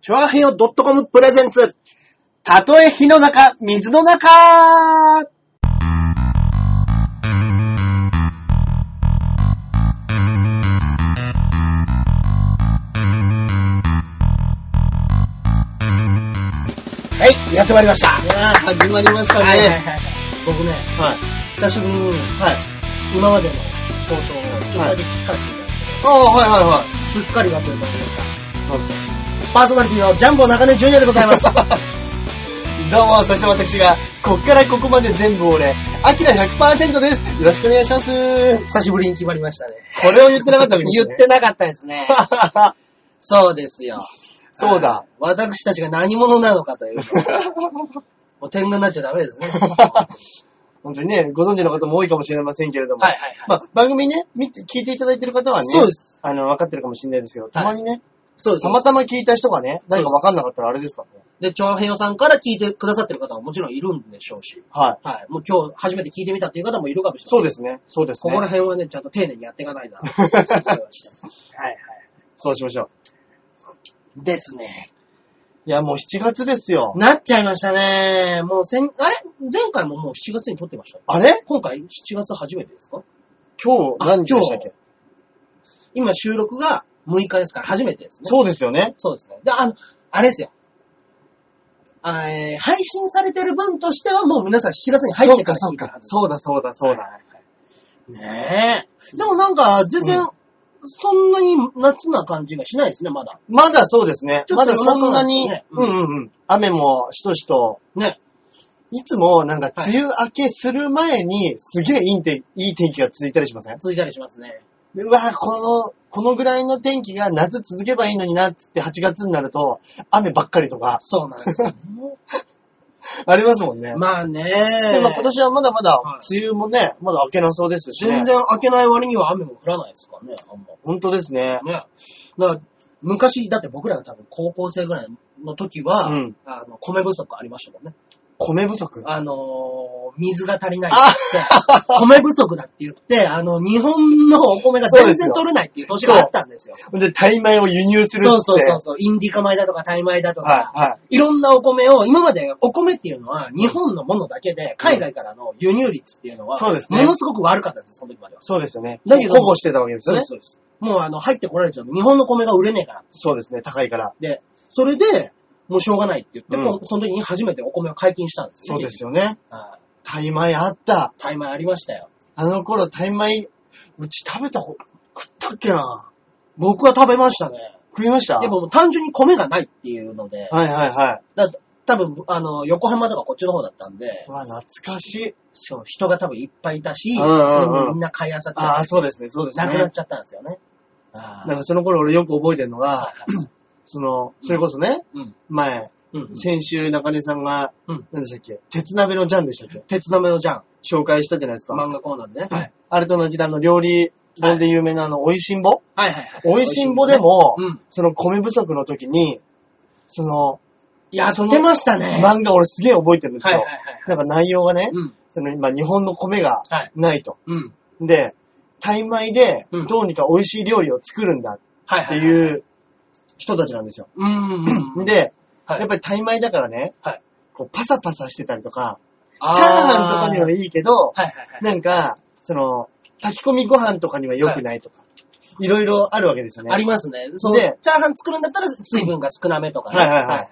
チョアヘヨ .com プレゼンツ。たとえ火の中、水の中はい、やってまいりました。いやー、始まりましたはいはいはいね。はい。僕ね、はい。久しぶりにはい。今までの放送をちょっとだけ聞かせていただいああ、はいはいはい。て、すっかり忘れておりました。なんですパーソナリティのジャンボ中根ジュニアでございます。か どうも、そして私が、こっからここまで全部俺、アキラ100%です。よろしくお願いします。こ久しぶりに決まりましたね。れを言ってなかったわけです言ねってなかったで すね。そうですよ。そうだ。私たちが何者なのか という。もう天狗になっちゃダメですね。はい本当にね、ご存知の方も多いかもしれませんけれども。はいはい。まあ、番組ね、見て、聞いていただいてる方はね、そうです。あの、分かってるかもしれないですけど、たまにね、そうですた。またま聞いた人がね、何か分かんなかったらあれですからね。で、長平さんから聞いてくださってる方はもちろんいるんでしょうし、はい。はい。もう今日初めて聞いてみたっていう方もいるかもしれない。そうですね。そうですここらね。辺はね、ちゃんと丁寧にやっていかないな。はいはい。そうしましょですね。う。いや、もう7月ですよ。なっちゃいましたね。もう先、あれ前回ももう7月に撮ってました。あれ今回7月初めてですか今日何日でしたっけ今収録が6日ですから初めてですね。そうですよね。そうですね。で、あの、あれですよ。あえー配信されてる分としてはもう皆さん7月に入ってから聞いてるはずです。そうだそうだそうだ。ねえ。でもなんか全然、うんそんなに夏な感じがしないですね、まだ。まだそうですね。ちょまっとだそんな夜に、中うなんんうんうん。雨もしとしと。ね。いつもなんか梅雨明けする前にすげえいい天いい天気が続いたりしません続いたりしますね。でうわぁ、この、このぐらいの天気が夏続けばいいのになっつって8月になると雨ばっかりとかそうなんですよね。ありますもんね。 まあねでまあ今年はまだまだはい梅雨もね、まだ明けなそうですしね。全然開けない割には雨も降らないですからね、あんま。本当ですね。ね。だから昔、だって僕らが多分高校生ぐらいの時は、うんあの、米不足ありましたもんね。米不足。あのー水が足りないって言って、米不足だって言って、あの、日本のお米がそう全です然よ取れないっていう年があったんですよ。で、タイ米を輸入するっつって。そうそうそうそう、インディカ米だとかタイ米だとか、はい、はい。いろんなお米を、今までお米っていうのは日本のものだけで、海外からの輸入率っていうのは、そうですねものすごく悪かったんですよ、その時までは。そうですよね。だけど保護してたわけですそうよでねす、。そうです。もうあの、入ってこられちゃうと日本の米が売れねえから。そうですね、高いから。で、それで、もうしょうがないって言って、うんこうその時に初めてお米を解禁したんですよ、そうですよね。はい。タイ米あった。タイ米ありましたよ。あの頃タイ米、うち食べたこと、食ったっけな僕は食べましたね。食いましたでももう単純に米がないっていうので、はいはいはい。だ多分、あの、横浜とかこっちの方だったんでう、わ、懐かしい。そう人が多分いっぱいいたし、うんうんうんでもみんな買いあさっちああ、ゃって、そうですね、そうですなくなっね。ちゃったんですよね。あなんかその頃俺よく覚えてるのあはが、いはいはいその、それこそね、うん前、うんうん先週中根さんが、うん何でしたっけ鉄鍋のジャンでしたっけ鉄の目のジャン、紹介したじゃないですか。漫画コーナーでね。はいあれと同じであの料理本で有名なあの、美味しんぼはいはい。美味しんぼでも、うん。その米不足の時に、その、やっそのてましたね。漫画俺すげえ覚えてるんですはいよ。はいはい。なんか内容がね、うん。その今日本の米がはい。ないと。うん。で、タイ米でうんどうにか美味しい料理を作るんだはいってはい。う。いう人たちなんですよ。うんうんうん。で、はいやっぱりタイ米だからね、はいこうパサパサしてたりとか、チチャーハンとかにはいいけど、はいはいはい。なんか、その、炊き込みご飯とかには良くないとか、い、ろいろあるわけですよね。ありますね。そう、チャでーハン作るんだったら水分が少なめとかね。はいはいはい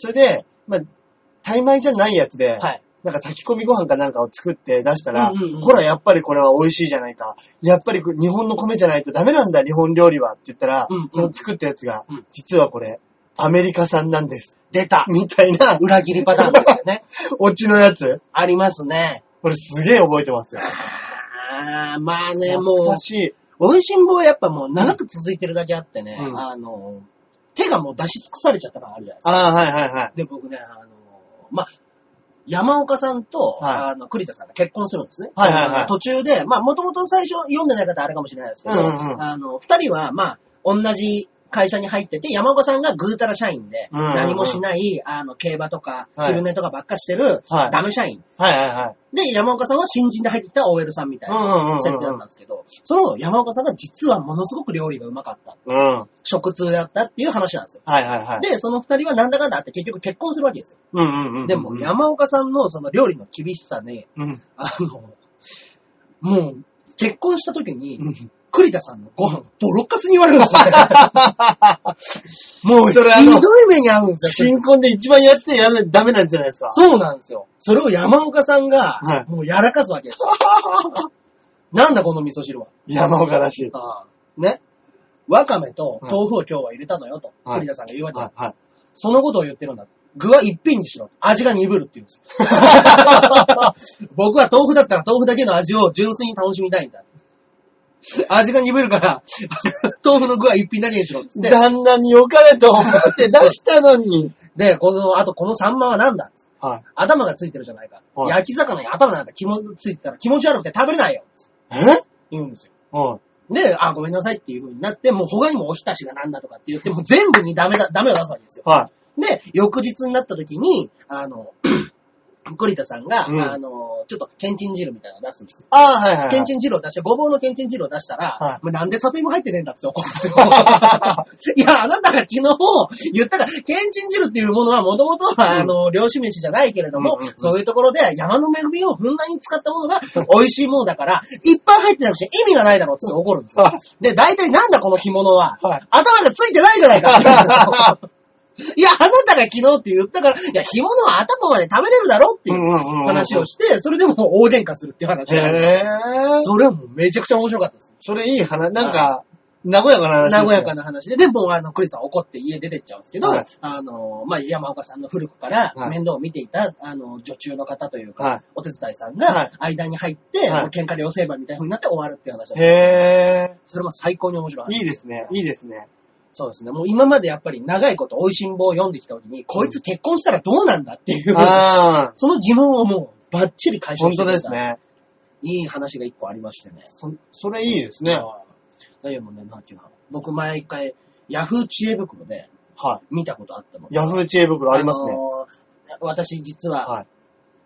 それで、まあ、タイ米じゃないやつで、はい。なんか炊き込みご飯かなんかを作って出したら、うんうんうんほら、やっぱりこれは美味しいじゃないか。やっぱりこ日本の米じゃないとダメなんだ、日本料理はって言ったら、うんうんその作ったやつが、うん実はこれ、アメリカ産なんです。出た。みたいな、 裏切りパターンですよね。オチのやつ。ありますね。これすげえ覚えてますよ。あーまあね、懐もかしい。う、美味しんぼはやっぱもう長く続いてるだけあってね、うんあの、手がもう出し尽くされちゃった感あるじゃないですか。ああ、はいはいはい。で、僕ね、あの、まあ、山岡さんと、はいあの、栗田さんが結婚するんですね。はいはいはいあの途中で、まあ、もともと最初読んでない方あれかもしれないですけど、うんうんうんあの、二人は、まあ、同じ会社に入ってて、山岡さんがぐうたら社員で、うんうんうん何もしない、あの、競馬とか、はい昼寝とかばっかしてるはい、ダメ社員。はいはいはい。で、山岡さんは新人で入ってきた OL さんみたいな設定だったんですけど、その山岡さんが実はものすごく料理がうまかった。うん。はい食通だったっていう話なんですよ。はいはい。で、その二人はなんだかんだあって結局結婚するわけですよ。うんうんうんうん。でも、山岡さんのその料理の厳しさね、うん。あの、もう、結婚した時に、うん。栗田さんのご飯、ボロッカスに言われるんですよ。も う、それあひのどい目に遭うんですよ。新婚で一番やっちゃやらないダメなんじゃないですか。そうなんですよ。それを山岡さんが、はもうやらかすわけです よ。なんだこの味噌汁は。山岡らしい。ああね。わかめと豆腐を今日は入れたのよと、はい栗田さんが言うわけです、はい。そのことを言ってるんだ。具は一品にしろ。味が鈍るって言うんです よ。僕は豆腐だったら豆腐だけの味を純粋に楽しみたいんだ。味が鈍るから、 豆腐の具は一品だけにしろっつって。旦那に良かれと思って出したのに。で、この、あとこのサンマは何だっつっては頭がついてるじゃないか。はい焼き魚に頭なんか気もついてたら気持ち悪くて食べれないよ。い。え言うんですよ。はい。で、あ、ごめんなさいっていう風になって、もう他にもおひたしがなんだとかって言って、もう全部にダメだ、ダメを出すわけですよ。はで、翌日になった時に、あの、 栗田さんが、うんあの、ちょっと、けんちん汁みたいなの出すんですよ。ああ、はいはいはい。けんちん汁を出して、ごぼうのけんちん汁を出したら、はいもうなんで里芋入ってねえんだっ て怒るんですよ。いや、あなたが昨日言ったから、けんちん汁っていうものはもともとは、うんあの、漁師飯じゃないけれども、うんうんうんそういうところで山の恵みをふんだんに使ったものが美味しいものだから、いっぱい入ってなくて意味がないだろうって怒るんですよ。はいで、大体なんだこの干物は、はい頭がついてないじゃないかって言うんですよ。いや、あなたが昨日って言ったから、いや、干物は頭まで食べれるだろうっていう話をしして、それでもう大喧嘩するっていう話があるんですよへぇそれはもうめちゃくちゃ面白かったです。それいい話、なんか、和やかな話。和やかな。な話で。で、もうあの、クリスさん怒って家出てっちゃうんですけど、はいあの、まあ、山岡さんの古くからはい面倒を見ていた、あの、女中の方というか、はお手伝いさんはがい間に入って、はいもう喧嘩両成敗みたいな風になって終わるっていう話だい。へそれも最高に面白かっぇた。いいですね。いいですね。そうですね。もう今までやっぱり長いこと美味しんぼを読んできた時に、こいつ結婚したらどうなんだっていう、ああ。その疑問をもうバッチリ解消本して当くれたです。ね。いい話が一個ありましてね。そ、それいいですね。はだけどね、なんていうの僕毎回、ヤフー知恵袋で見たことあったのい。。ヤフー知恵袋ありますね。のー私実は、は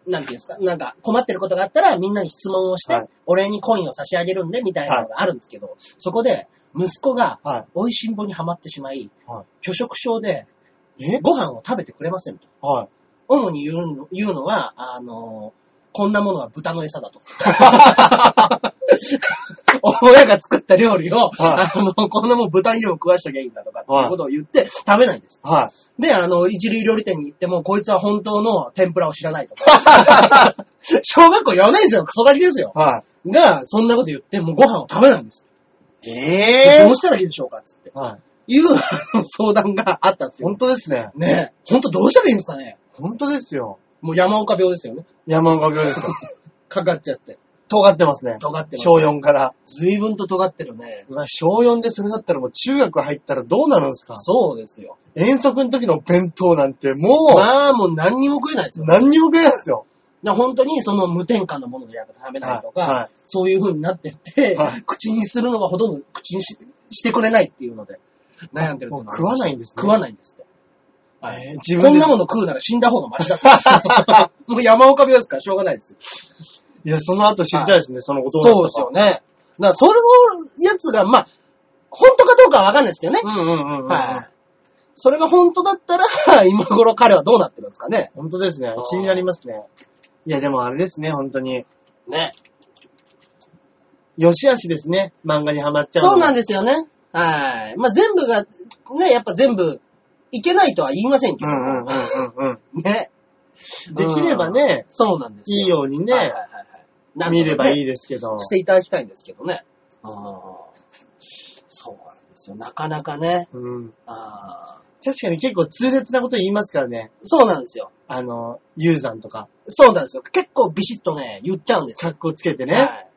なんていうんですか、なんか困ってることがあったらみんなに質問をして、はいお礼にコインを差し上げるんで、みたいなのがあるんですけど、そこで、息子が、は美味しんぼにはまってしまい、はい拒食症で、い。えご飯を食べてくれませんと。はい。主に言うの言うのは、あのこんなものは豚の餌だと。親が作った料理を、はあの、こんなもん豚にでも食わしたきゃいいんだとかっていうことを言って食べないんです。はで、あの、一流料理店に行っても、こいつは本当の天ぷらを知らないとか。小学校4年生のクソガキですよい。。はが、そんなこと言って、もうご飯を食べないんです。い。えどうしたらいいでしょうかっつって。はい。いうあの相談があったんですけど本。当ですね。ねえ、本当どうしたらいいんですかね本当ですよ。もう山岡病ですよね。山岡病 ですよ。かかっちゃって。尖ってますね。尖ってます。小。4から。随分と尖ってるね。うわ小4でそれだったらもう中学入ったらどうなるんですかそうですよ。遠足の時の弁当なんてもうまあもう何にも食えないですよ。何にも食えないですよ。だ本当にその無添加のものでやっぱ食べないとか、はいはいそういう風になってって、はい口にするのがほとんど口にししてくれないっていうので、悩んでるもうと食わないんですね。食わない。ないんですって。はいえー自分でこんなもの食うなら死んだ方がマシだったんです よもう山岡病ですからしょうがないですよ。いや、その後知りたいですね、そのことそうですよね。だからそれのやつが、まあ、本当かどうかはわかんないですけどね。うんうんうんうん。はい。それが本当だったら、 今頃彼はどうなってるんですかね。本当ですねー。気になりますね。いや、でもあれですね、本当に。ね。よしあしですね、漫画にハマっちゃう。そうなんでですよね。はい。まあ、全部が、ね、やっぱ全部、いけないとは言いませんけうど。んうんうんうんうん。ね。できればね、そうなんですいいよ。ようにはいはいね、はいはいなんとかね。見ればいい。いですけど。していただきたいんですけどね。あーそうなんですよ。なかなかね。うん。あー確かに結構痛烈なこと言いますからね。そうなんですよ。あの、ユーザンとか、そうなんですよ。結構ビシッとね、言っちゃうんですよ。格好つけてはね。い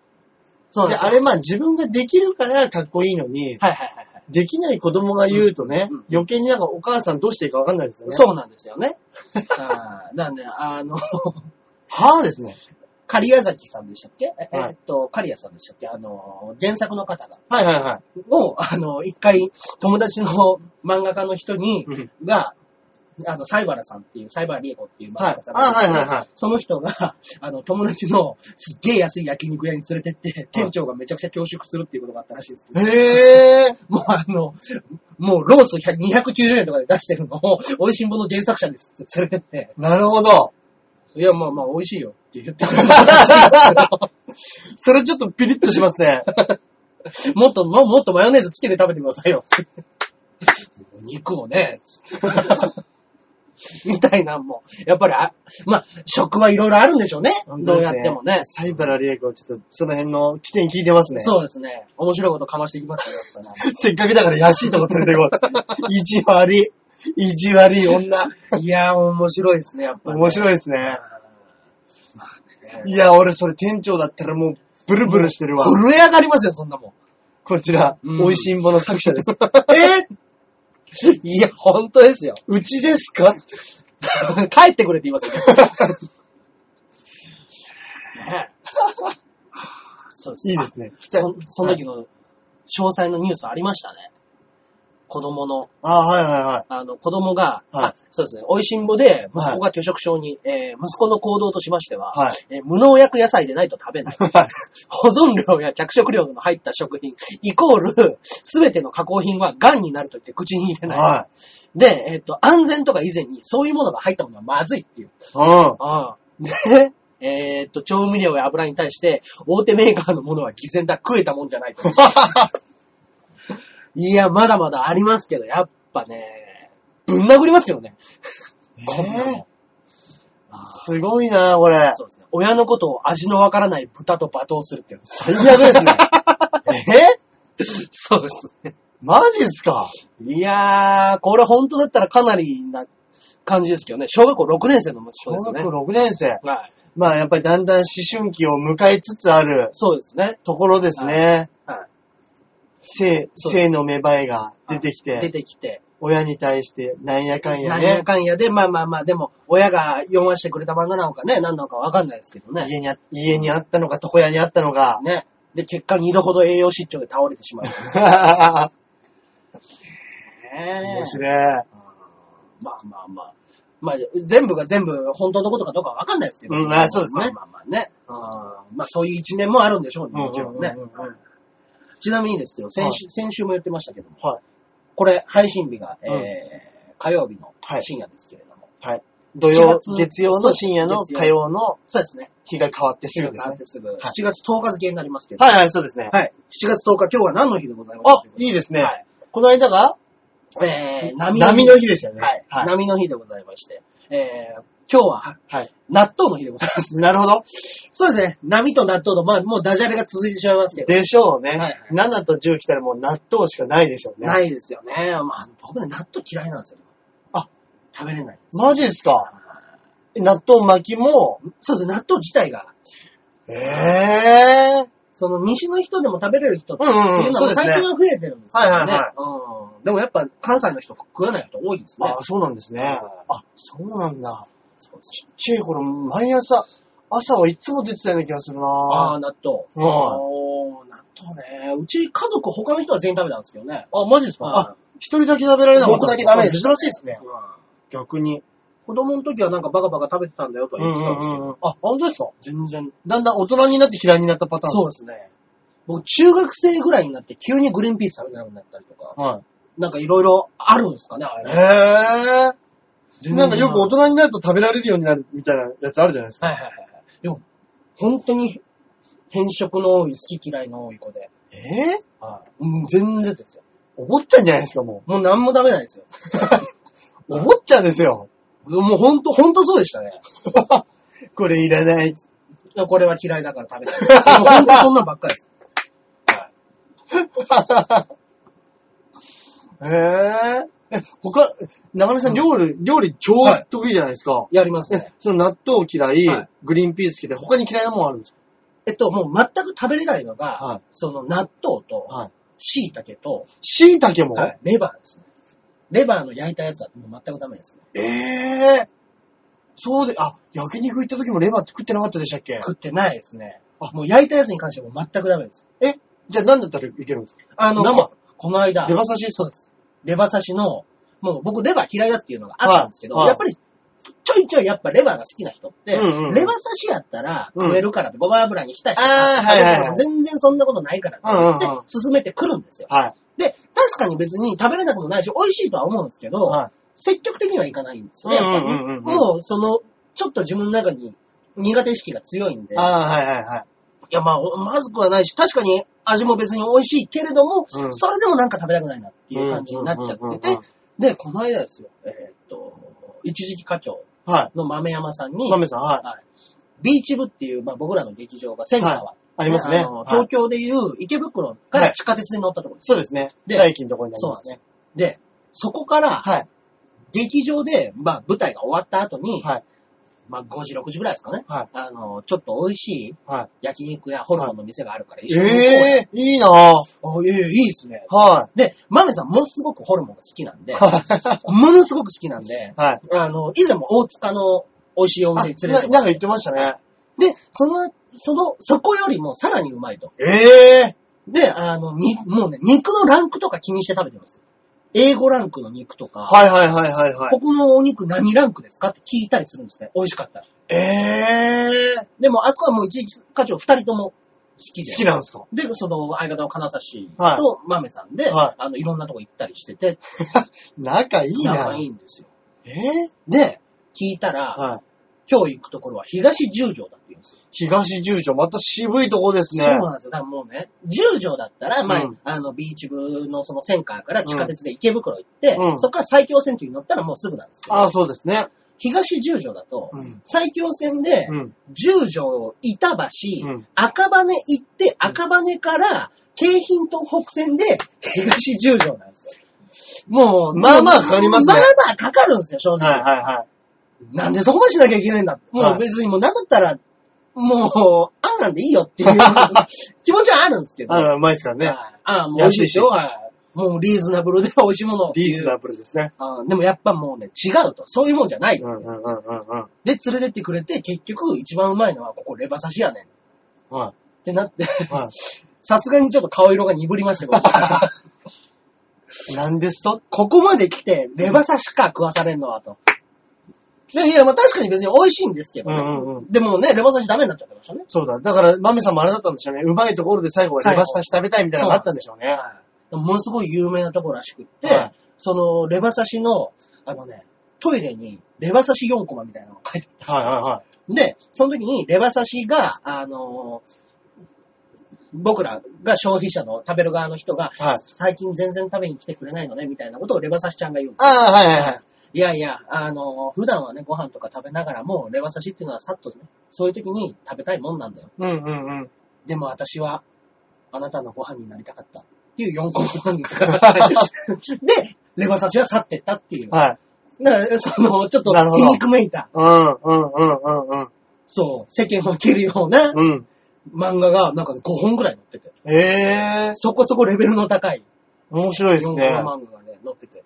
そうで、なんですよ。あれまあ自分ができるから格好いいのに、はいはいはいはい。できない子供が言うとねうんうん、余計になんかお母さんどうしていいかわかんないで すよね。う。そうなんですよね。あーなんで、あの、はぁですね。 狩谷崎さんでしたっけ、えはいえっと、狩谷さんでしたっけあの、原作の方が。はいはいはを、あの、一回、友達の漫画家の人に、い。が、あの、サイバラさんっていう、サイバラリエコっていう漫は画い家さ。んがあ、はいはいはい。その人が、 あの、友達のすっげえ安い焼肉屋に連れてって、店長がめちゃくちゃ恐縮するっていうことがあったらしいですけど、へえ。もうあの、もうロース290円とかで出してるのを、美味しんぼの原作者ですって連れてって、なるほど。いや、まあまあ、美味しいよって言 って、それちょっとピリッとしますね。もっと、ももっとマヨネーズつけて食べてくださいよ、つって。肉をね、つってみたいなんも、やっぱりあ、まあ、食はいろいろあるんでしょうね。どうやってもね。サイバラリエコ、ちょっとその辺の起点聞いてますね。そうですね。面白いことかましていきますよ、やっぱねせっかくだから安いとこ連れて行こうっつって。意地悪い。意地悪い女。いやー、面白いですね、やっぱり、面白いですね。いや、俺それ店長だったらもうブルブルしてるわ。震え上がりますよ、そんなもん。こちら、うん美味しんぼの作者 です。えいや、本当ですよ。うちですか帰ってくれって言いますよね。 ねえ そうですね。いいですね。そその時の詳細のニュースありましたね。子供の、あはいはいはい。あの、子供が、はいあそうですね、美味しんぼで、息子が拒食症に、えー息子の行動としましては、はいえー無農薬野菜でないと食 べない。はい保存料や着色料の入った食品、イコール、すべての加工品は癌になると言って口に入れない。はで、えっ、と、安全とか以前に、そういうものが入ったものはまずいっていう。 い。うん。で、えーっと、調味料や油に対して、大手メーカーのものは偽善だ、食えたもんじゃないと。 いや、まだまだありますけど、やっぱね、ぶん殴りますけどね。こんなえーの。あーすごいな、これ。そうですね。親のことを味のわからない豚と罵倒するっていう。最悪ですね。え そうですね。マジっすかいやー、これ本当だったらかなりな感じですけどね。小学校6年生の息小子ですよ学ね。校6年生。はい。まあやっぱりだんだん思春期を迎えつつあるそうですね。ところですね。は性、そう性の芽生えが出てきい。出て、てきて。親に対してなんやかんやなんやね、かんやで、まあまあまあ、でも、親が読ましてくれた漫画なのかね、何なのかわかんないですけどね。家にあ家にあったのか、床屋にあったの か。ね。で、結果2度ほど栄養失調で倒れてしまう。ね面白い。まあまあまあ。まあ、全部が全部本当のことかどうかわかんないですけど。うんあそうですねまあまあまあね。うんまあそういう一面もあるんでしょうね、もちろんねうんうんうんうん。ちなみにですけど、先週、先週も言ってましたけども、はい。これ配信日が、えーうん火曜日のはい深夜ですけれども。はい。土曜7、月曜の深夜のそうです火曜のそうですね。日が変わってすぐですなっねて。すぐ、7月10日付になりますけど。はいはい、そうですね。はい。7月10日、今日は何の日でございますあ、いいですね。はいこの間がえー、波波の日でしたね。はい。はい。波の日でございまして。えー、今日 は、はい納豆の日でございます。なるほど。 そうですね。波と納豆の、まあ、もうダジャレが続いてしまいますけど。でしょうね、いはい7と10来たらもう納豆しかないでしょうね。ないですよね。まあ、僕ね、納豆嫌いなんですよ。あ、食べれない。マジですか納豆巻きも、そうですね。納豆自体が、ええー。その、西の人でも食べれる人ってういんうんうんうのそうはですね最近は増えてるんですよね。はいはいはいうん。でもやっぱ、関西の人食わない人多いですね。あ、そうなんですね。あ、そうなんだ。そうですちっちゃい頃、毎朝、朝はいつも出てたような気がするあなあ、納豆。うんおー納豆ね。うち家族、他の人は全員食べたんですけどね。あ、マジですうんあ、一人だけ食べられなかった。僕だけダメでした珍しいですね。うん逆に。子供の時はなんかバカバカ食べてたんだよとは言ってたんですけど、あ、本当ですか全然。だんだん大人になって嫌いになったパターン。そうですね。僕、中学生ぐらいになって急にグリーンピース食べなくなったりとか、はなんかいろいろあるんですかね、あい。れ。へえ。全然なんかよく大人になると食べられるようになるみたいなやつあるじゃないですか。はいはいはいはい。でも、本当に変色の多い、好き嫌いの多い子で、ええうん全然ですよ。お坊ちゃんじゃないですか、ももう何も食べないですよ。う。お坊ちゃんですよ。もう本当、本当そうでしたね。これいらないっつって。いやこれは嫌いだから食べ ない。もう本当そんなんばっかりです。へえ。え、他、中根さん料理、料理超はい得意じゃないですか。やりますねえ。その納豆嫌い、はいグリーンピース嫌い、他に嫌いなもんあるんですかえっと、もう全く食べれないのが、はいその納豆はいと、椎茸と、椎茸も、レバーですね。レバーの焼いたやつはもう全くダメですね。ええそうで、あ、焼肉行った時もレバー作ってなかったでしたっけ食ってないですね。あもう焼いたやつに関してはもう全くダメです。じゃあ何だったらいけるんですかあの、生ここの間、レバ刺しそうです。レバ刺しの、もう僕レバー嫌いだっていうのがあったんですけど、はいはいやっぱり、ちょいちょいやっぱレバーが好きな人って、うんうんうんレバ刺しやったらうん食えるからって、ごま油に浸して、あーはいはいはい全然そんなことないからって言ってうんうんうん、進めてくるんですよ。はい。で、確かに別に食べれなくもないし、美味しいとは思うんですけど、はい積極的にはいかないんですよね、やっぱりね、うんうんうんうんもうその、ちょっと自分の中に苦手意識が強いんで、ああ、はいはいはい。いや、まあ、おまずくはないし、確かに味も別に美味しいけれども、うんそれでもなんか食べたくないなっていう感じになっちゃうんうんうんうっんてて、で、この間ですよ、えーっと、一時期課長はの豆山さんい。に、マメさん、はい。ビーチ部っていう、まあ僕らの劇場がセンターは、ありますね。あのはい東京でいう池袋から地下鉄に乗ったところです。そうですね。で大金のところになりそうなまんですすねね。。で、そこから、はい。劇場で、まあ舞台が終わった後に、はいまあ5時、6時ぐらいですかね、はいあの、ちょっと美味しいは焼肉やホルモンの店があるからい。一緒に行こうよ。ええー、いいなぁ。あ、いえいえ、いいですね。はで、マメさんものすごくホルモンが好きな んい。で、はものすごく好きなんで、い。あの、以前も大塚の美味しいお店あに連れななてもらんか言ってましたね。で、その、その、そこよりもさらにうまいと。ええで、あの、に、もうね、肉のランクとか気にして食べてますよ。A5 ランクの肉とか、はいはいはいはいはい。ここのお肉何ランクですかって聞いたりするんですね。美味しかったら。ええー、でも、あそこはもう一日課長二人とも好きで。好きなんですかで、その、相方の金指はいとマメさんで、はいあの、いろんなとこ行ったりしてて、仲いい仲な。いいんですよ。ええで、聞いたら、ー、はい。今日行くところは東十条だって言うんですよ。東十条、また渋いとこですね。そうなんですよ。だからもうね、十条だったら、まあ、うんあの、ビーチ部のそのセンカーから地下鉄で池袋行って、うんそこから最強線というに乗ったらもうすぐなんですけど、ああ、そうですね。東十条だと、うん。最強線で、うん。十条、板橋、うん赤羽行って、赤羽から、京浜東北線で、東十条なんですよ。もう、まあまあかかりますねまあまあかかるんですよ、正直。はいはいはい。なんでそこまでしなきゃいけないんだって。もはうい別にもうなんだったら、もう、あんなんでいいよっ ていう気持ちはあるんですけど。あら、うまいですからね。ああ、もう美味しいですよ。はいもうリーズナブルで美味しいものをっていうリーズナブルですね。あでもやっぱもうね、違うと。そういうもんじゃない。うんうんうんうんで、連れてってくれて、結局一番うまいのはここレバ刺しやねん。っうん。はてなって、い。はさすがにちょっと顔色が鈍りましたけど、い。なんですと ここまで来て、レバ刺しか食わされんのはと。でいや、まあ確かに別に美味しいんですけどね。うんうんうでもね、レバ刺しダメになっちゃってましたね。そうだ。だから、マメさんもあれだったんでしょうね。うまいところで最後はレバ刺し食べたいみたいなのがあったんでしょうね。はいものすごい有名なところらしくって、はいその、レバ刺しの、あのね、トイレにレバ刺し4コマみたいなのが書いてあはいはいはい。るで、その時にレバ刺しが、あの僕らが消費者の食べる側の人が、はい最近全然食べに来てくれないのね、みたいなことをレバ刺しちゃんが言うんですああ、はいはいはい。いやいや、あの普段はね、ご飯とか食べながらも、レバ刺しっていうのはさっとね、そういう時に食べたいもんなんだよ。うんうんうん。でも私は、あなたのご飯になりたかった。っていう4コマ漫画が書かれてる で、レバ刺しは去ってったっていう。だかはい。ら、その、ちょっとなる、ほど皮肉めいた、うんうんうんうんそう、世間を切るようなうん。うん。漫画が、なんかね、5本ぐらい載ってて、ええそこそこレベルの高い面白いで4すコね。マ漫画がね、載ってて。い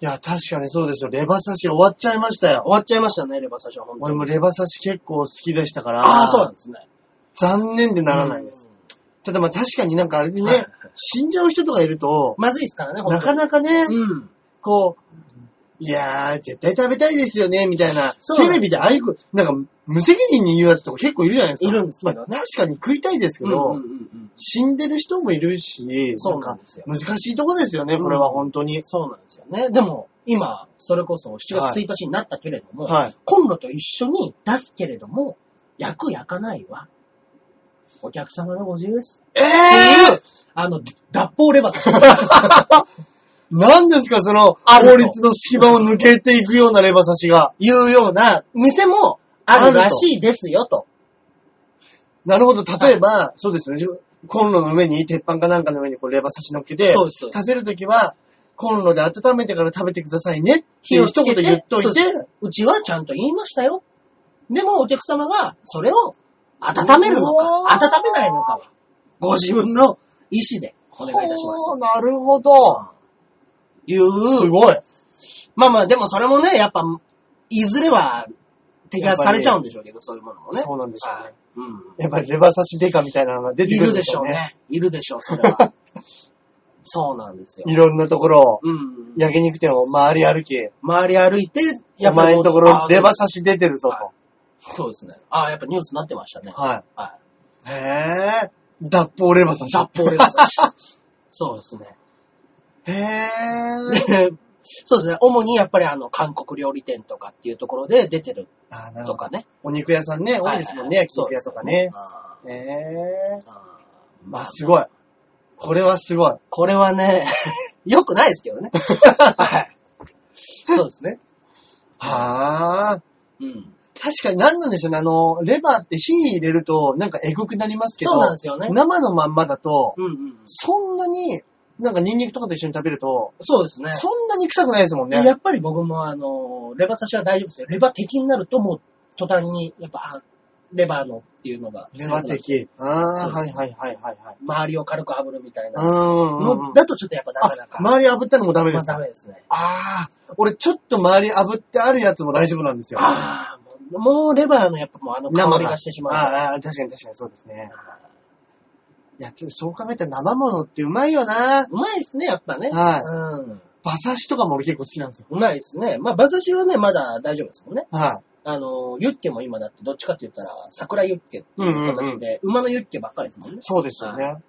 や、確かにそうですよ。レバ刺し終わっちゃいましたよ。終わっちゃいましたね、レバ刺しは、本当俺に。もレバ刺し結構好きでしたから。ああ、そうなんですね。残念でならないです。うん。ただまあ確かになんかあれにはいね、死んじゃう人とかいると、まずいですからね、なかななかね、うん。こう、いやー、絶対食べたいですよね、みたいな。そうテレビでああいう、なんか無責任に言うやつとか結構いるじゃないですか。いるんですまけあど確かに食いたいですけど、うんうんうんうん死んでる人もいるし、そうなんですよな。んか難しいとこですよね、これは本当に。そうなんですよね。でも、今、それこそ7月1日になったけれども、はいコンロと一緒に出すけれども、焼く焼かないは、お客様のご自由です。えっていえう、あの、脱法レバ刺し。 何ですか、その、あると法律の隙間を抜けていくようなレバ刺しが。いうような店もあるらしいですよ、と。なるほど、例えば、そうですよね。コンロの上に、鉄板かなんかの上にこうレバ刺し乗っけて、そうですそうです食べるときは、コンロで温めてから食べてくださいねっていう一言言っといそうて、ですうちはちゃんと言いましたよ。でも、お客様がそれを温めるのうわか、ー温めないのかは、ご自分の意思でお願いいたしますほうと。なるほど。いう、すごい。まあまあ、でもそれもね、やっぱ、いずれは、摘発されちゃうんでしょうけど、そういうものもね。そうなんでしょうねはい。うん。やっぱりレバ刺しデカみたいなのが出ていくるるんででししょょううね。ね。いるでしょう、それ は。そうなんですよ。いろんなところを、うん。焼肉店を回り歩き、周り歩いて、おり前ものうとこあろーレバ刺し出てるぞはと。そうですね。ああ、やっぱニュースになってましたね。は。はいへぇー。脱法レバ刺い。し。脱法レバ刺し。そうですね。へ ぇー。でそうですね。主にやっぱりあの、韓国料理店とかっていうところで出てるあーなるほとどかね。お肉屋さんね、多いですもんね、はい焼肉屋とかね。あへぇー。ーあーままあ、あ、すごい。これはすごい。これはね、 良くないですけどね。 はい。そうですね。はぁー。うん。確かに何なんでしょうね。あの、レバーって火に入れると、なんかエグくなりますけど、そうなんですよね。生のまんまだと、うんうん。そんなに、なんかニンニクとかと一緒に食べると、そうですね。そんなに臭くないですもんね。やっぱり僕もあの、レバ刺しは大丈夫ですよ。レバ敵になるともう、途端に、やっぱ、あレバーのっていうのが。レバ的。ああ、はいはいはいはいはい。周りを軽く炙るみたいな。うんうんうんの。だとちょっとやっぱなかなあか。周り炙ったのもダメでまあすか。ダメですね。ああ、俺ちょっと周り炙ってあるやつも大丈夫なんですよ。あああ、もうレバーのやっぱもうあの香りがしてしまう。あー、確かに確かにそうですね。いや、そう考えたら生物ってうまいよな。うまいですね、やっぱね。はいうん。馬刺しとかも俺結構好きなんですよ。うまいですね。まあ、馬刺しはね、まだ大丈夫ですもんね。はあの、ユッケも今だってどっちかって言ったら、桜ユッケっていう形で、馬のユッケばっかりですもんねい。。そうですよね。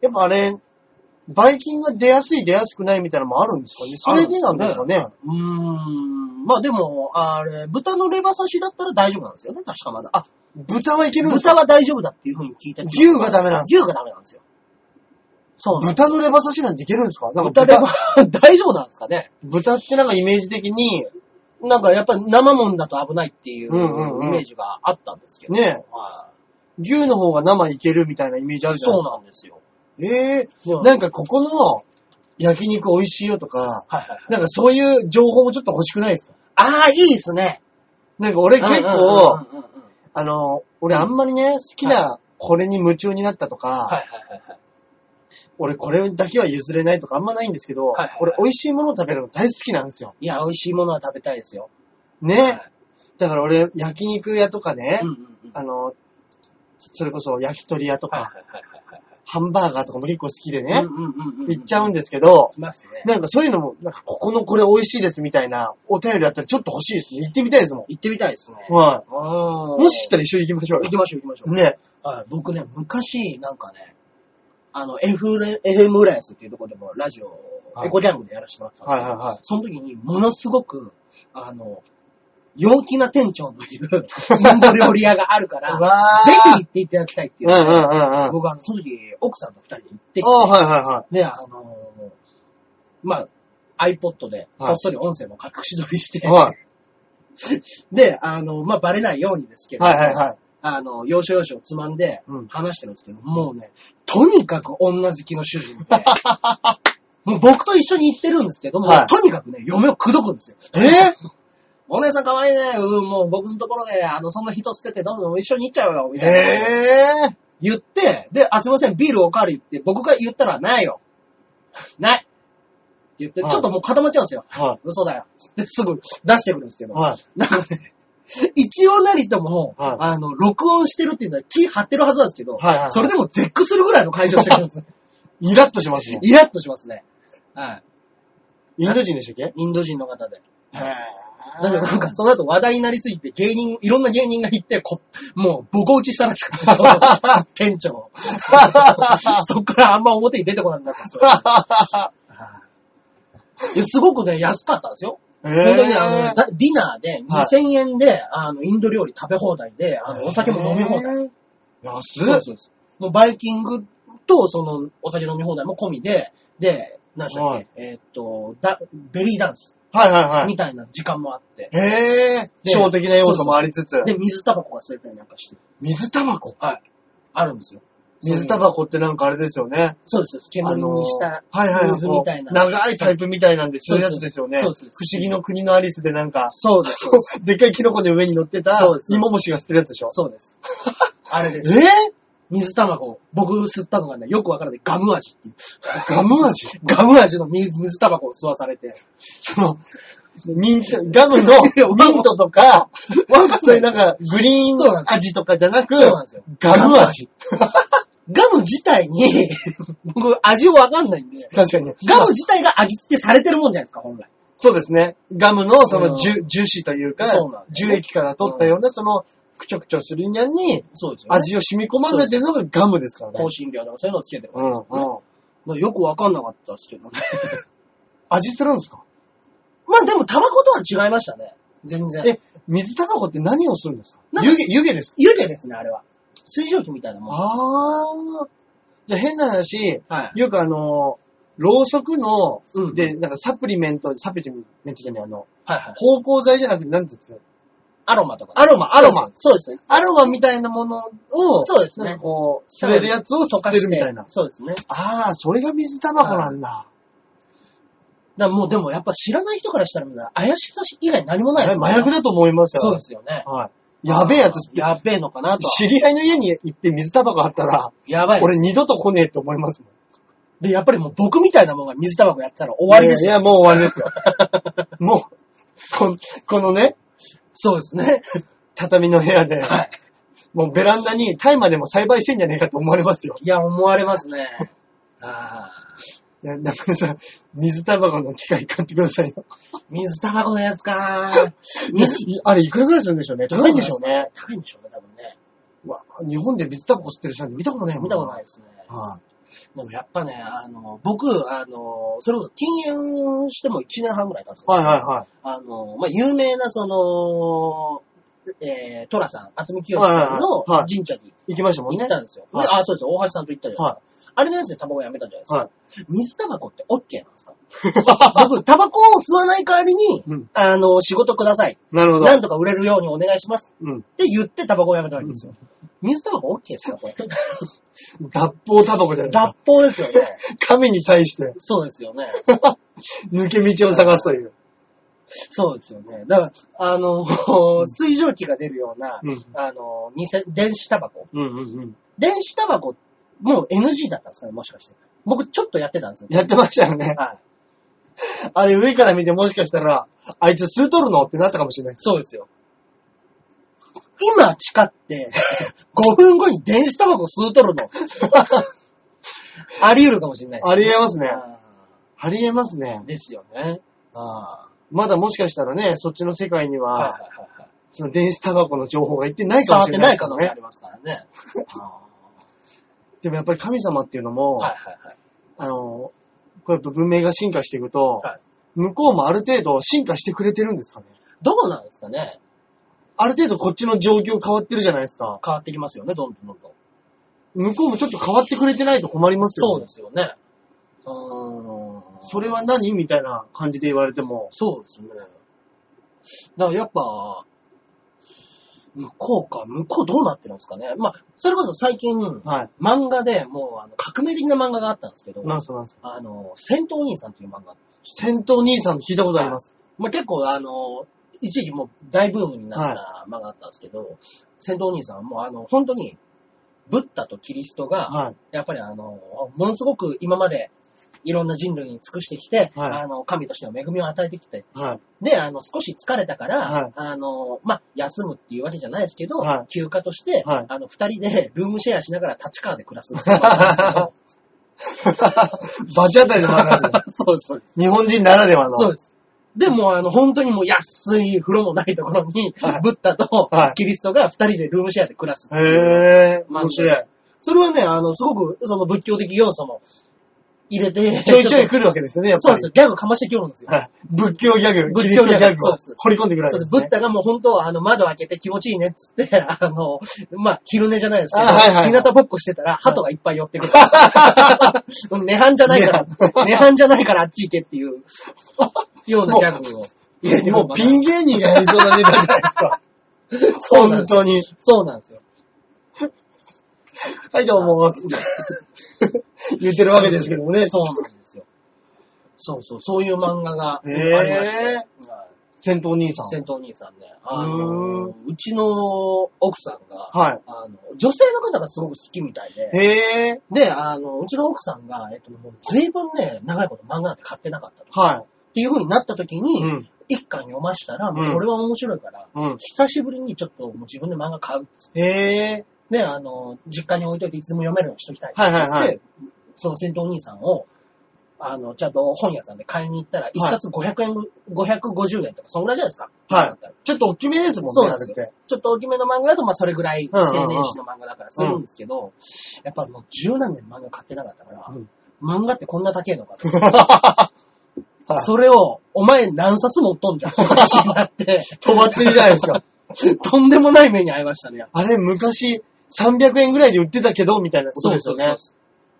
やっぱあれ、バイキンが出やすい出やすくないみたいなのもあるんですかね。それでなんですかね。うーん。まあでも、あれ、豚のレバ刺しだったら大丈夫なんですよね、確かまだ。あ、豚はいけるんですか豚は大丈夫だっていうふうに聞いた気する牛がダメなんです牛がダメなんですよ。そうなんです豚のレバ刺しなんていけるんですかなんか豚レバ、 大丈夫なんですかね豚ってなんかイメージ的に、なんかやっぱり生もんだと危ないっていううんうんうんイメージがあったんですけど。ねは牛の方が生いけるみたいなイメージあいるじゃないそですうか。なんですよ。ええうんなんかここの焼肉美味しいよとか、はいはいはい。なんかそういう情報もちょっと欲しくないですかああ、いいですね。なんか俺結構、うんうんうんうんうん、あの、俺あんまりね、好きなこれに夢中になったとはか、いはいはいはい。俺これだけは譲れないとかあんまないんですけどはいはいはい、俺美味しいものを食べるの大好きなんですよ。いや、美味しいものは食べたいですよ。ねは。だから俺焼肉屋とかねうん、うんうん。あの、それこそ焼き鳥屋とはいはか、いはいはいハンバーガーとかも結構好きではねい。う、んうんうんうん。行っちゃうんですけど、きますね。なんかそういうのも、なんかここのこれ美味しいですみたいなお便りあったらちょっと欲しいですね。行ってみたいですも行ってみたいですね。ん。はあい。ーもし来たら一緒に行きましょう行きましょう行きましょよ。ね。う。はい、僕ね、昔、なんかね、あの、F レ、FM 浦安っていうところでもラジオを、はいエコジャングでやらせてもらってたんですはけいど、はいはい。その時にものすごく、あの、陽気な店長のいるインド料理屋があるから、 うぜわーひ行っていただきたいっていうう。んうんうんうん。僕は、その時、奥さんと二人で行ってきてああ、はいはいはで、あのまあ、iPod で、こっそり音声も隠し撮りして、い。はい。で、あの、まあ、バレないようにですけれども、はいはいはい。あの、要所要所をつまんでうん話してるんですけど、もうね、とにかく女好きの主人 で、もう僕と一緒に行ってるんですけども、はいとにかくね、嫁を口説くんですよ。え お姉さん可愛いね、うん、もう僕のところで、あの、そんな人捨ててどんどん一緒に行っちゃうよ、みー、たいな。えー、言って、で、あ、すいません、ビールおかわりって僕が言ったら、ないよ。ないって言って、はいちょっともう固まっちゃうんですよ。は嘘だよ。つってすぐ出してくるんですけい。ど、はい。なんかね、一応なりとも、はいあの、録音してるっていうのは気張ってるはずなんですけど、はいはいはいそれでも絶句するぐらいの解消してくるんですね。イラッとしますね。イラッとしますね。はい。インド人でしたっけインド人の方で。へぇだけどなんか、その後話題になりすぎて、芸人、いろんな芸人が行って、こもう、ボコ打ちしたらし くて、その店長を。そっからあんま表に出てこなくなった んですよ。いやすごくね、安かったんですよ。え本当にね、あの、ー、だディナーではい2000円で、あの、インド料理食べ放題で、あの、お酒も飲み放題。題。安そうっそうです。もうバイキングと、その、お酒飲み放題も込みで、で、何でしたっはけい、えーっと、だ、ベリーダンスはいはいはい。みたいな時間もあって、へぇー。で小的な要素もありつつ。で、水タバコが吸えたりなんかして、水タバコあるんですよ。水タバコってなんかあれですよね。そうです、そうです。あ煙のにしたはいはいはい水みたいな。長いパイプみたいなんで、そういうやつですよね。そうですそうです不思議の国のアリスでなんか、そうです、そうです。でっかいキノコの上に乗ってたそうで、す芋虫が吸ってるやつでしょ。そう です。あれでえす。水卵。僕吸ったのがね、よくわからない。ガム味っていう。 ーガム味ガム味の水水タバコを吸わされて。その、ミント、ガムのいやわかんないミントとか、わかんそういないうなんか、グリーそうなンんです味とかじゃなくそうなんですよ、ガム味。ガム自体に、 僕、味わかんないんで、確かに。ガム自体が味付けされてるもんじゃないですか、本来。そうですね。ガムのそのうん樹樹脂というかそうなん、です樹液から取ったような、その、くちょくちょするにゃんに、そうですよ、ね。味を染み込ませてるのがガムですからね香。辛料とかそういうのをつけてるうん、うん。まあよくわかんなかったですけどね。味するんですかまあでも、タバコとは違いましたね。全然。え、水タバコって何をするんですかなんか湯気、湯気ですか湯気ですね、あれは。水蒸気みたいなもん。あー。じゃあ変な話、はい。よくあの、ろうそくの、うんで、なんかサプリメント、サプリメントじゃない、あの、はいはい。芳香剤じゃなくて、なんていうんですかアロマとか。アロマ、アロマ。そうですね。アロマみたいなものを、そうですねなんかこう、吸えるやつを吸溶っかてしるてみたいな。そうですね。ああ、それが水タバコなんだ。だからもうでもやっぱ知らない人からしたら、怪しさ以外何もないあれ麻薬だだと思いますよ。そうですよね。はい。やべえやつ吸って、やべえのかなとは。知り合いの家に行って水タバコあったら、やばい。俺二度と来ねえって思いますもん。で、やっぱりもう僕みたいなもんが水タバコやってたら終わりですいよ。や、いやもう終わりですよ。もう、こんこのね、そうですね。畳の部屋で、はい。もうベランダに大麻でも栽培してんじゃねえかと思われますよ。いや、思われますね。あいや、中村さん、水タバコの機械買ってくださいよ。あ。水タバコのやつか水、あれ、いくらぐらいするんでしょうね。高いんでしょうね。。高いんでしょうね、多分ね。わ日本で水タバコ吸ってる人なんて見たことないもん。見たことないいですね。はでもやっぱね、あの、僕、あの、それこそ禁煙しても1年半ぐらい経つんでい。すけどはいはいはい。あの、まあ、有名な、その、えー、トラさん、厚み清さんのはいはいはい神社に行きましたもん行ねっ。たんですよ。はいであ、そうです。大橋さんと行ったじゃないですか。あれのやつでタバコやめたじゃないですか。は水タバコって OK なんですか僕、タバコを吸わない代わりに、うんあの、仕事ください。なるほど。なんとか売れるようにお願いしますうん。って言ってタバコをやめたわけですよ。水タバコ OK ですかこれ。脱法タバコじゃないです脱か。法ですよね。神に対して そうですよね。抜け道を探すという。そうですよね。だから、あの、水蒸気が出るような、うんあの、偽、電子タバコ。うんうんうん。電子タバコ、もう NG だったんですかね、もしかして。僕、ちょっとやってたんですよ。やってましたよね。はい。あれ上から見てもしかしたら、あいつ吸うとるのってなったかもしれないです。そうですよ。今、誓って、5分後に電子タバコ吸うとるの。 あり得るかもしれないですありえますね。あありえますねー。ですよね。あまだもしかしたらね、そっちの世界にあ。はいは、はいはいはい。その電子タバコの情報がいってないか伝もわしっれてないなでいすか可ら能性あね。りますからね。 あでもやっぱり神様っていうのーも、はいはいはい。あの、こうやっぱ文明が進化していくと、はい向こうもある程度進化してくれてるんですかね。どうなんですかねある程度こっちの状況変わってるじゃないですか。変わってきますよね、どんどんどんどん。向こうもちょっと変わってくれてないと困りますよね。そうですよね。うーん。それは何みたいな感じで言われても。そうですね。だからやっぱ、向こうか、向こうどうなってるんですかね。まあ、それこそ最近、はい。漫画でもうあの革命的な漫画があったんですけど、なんすかなんすか。あの、戦闘員さんっていう漫画。戦闘兄さん聞いたことあります。まあ、結構あの、一時期もう大ブームになった漫画だったんですけど、戦闘兄さんはもうあの、本当に、ブッダとキリストが、はい。やっぱりあの、ものすごく今までいろんな人類に尽くしてきて、はいあの、神としての恵みを与えてきて、はい。で、あの、少し疲れたから、はいあの、まあ、休むっていうわけじゃないですけど、はい休暇として、はいあの、二人でルームシェアしながら立川で暮らすっていうのがあるんですけどバチ当たりの漫画ですね そうです、そうです。日本人ならではの。そうです。でも、あの、本当にもう安い風呂のないところに、はいブッダとはいキリストが二人でルームシェアで暮らすっていうへぇー。漫画面白い。それはね、あの、すごく、その仏教的要素も入れて、ちょいちょいっと来るわけですよね、やっそぱうなり。んですよ。ギャグかましてきよるんですよ。はい。 仏教ギャグ、キ仏リス教トギギャグャグそうをです掘り込んでくるわけそうでですす、ブねッ。ダがもう本当はあの窓開けて気持ちいいねっつって、 あの、まあ、昼寝じゃないですけど、あはいはい日向ぼっこしてたら、鳩がいっぱい寄ってくる。 涅槃じゃない から、涅槃じゃないからあっち行けっていう、ようなギャグを入れてくもるうピン芸人がやりそうなネタじゃないですか。 そうなん本です当に。そうなんですよ。はい、どうも、つって。言ってるわけですけどもね。そうなんですよ。そうそう、そういう漫画があへりーまして、はい戦闘兄さん。戦闘兄さんね、あうのーんうちの奥さんが、はあの、女性の方がすごく好きみたいで、い。へぇー。で、あの、うちの奥さんが、えっと、もう随分ね、長いこと漫画なんて買ってなかったと。はっていう風になった時い。に、うん。一巻読ましたら、んもうこれは面白いから、うん。久しぶりにちょっともう自分で漫画買うっつっへえ。て、ね、あの、実家に置いといていつでも読めるようにしときたい。はいはいはいで、その先頭お兄さんを、あの、ちゃんと本屋さんで買いに行ったら、一冊500円、550円とか、そんぐらいじゃないですか。はちょっと大きめですもんね。そうなんですあれっよ。ちょっと大きめの漫画だと、まあそれぐらいうんうんうん青年誌の漫画だからするんですけど、やっぱもう十何年漫画買ってなかったから、うん漫画ってこんな高え のかと。て。はい。それを、お前何冊も売っとんじゃん。って なって、とばっちりじゃないですか。とんでもない目に遭いましたね。あれ、昔、300円ぐらいで売ってたけど、みたいなことですよね。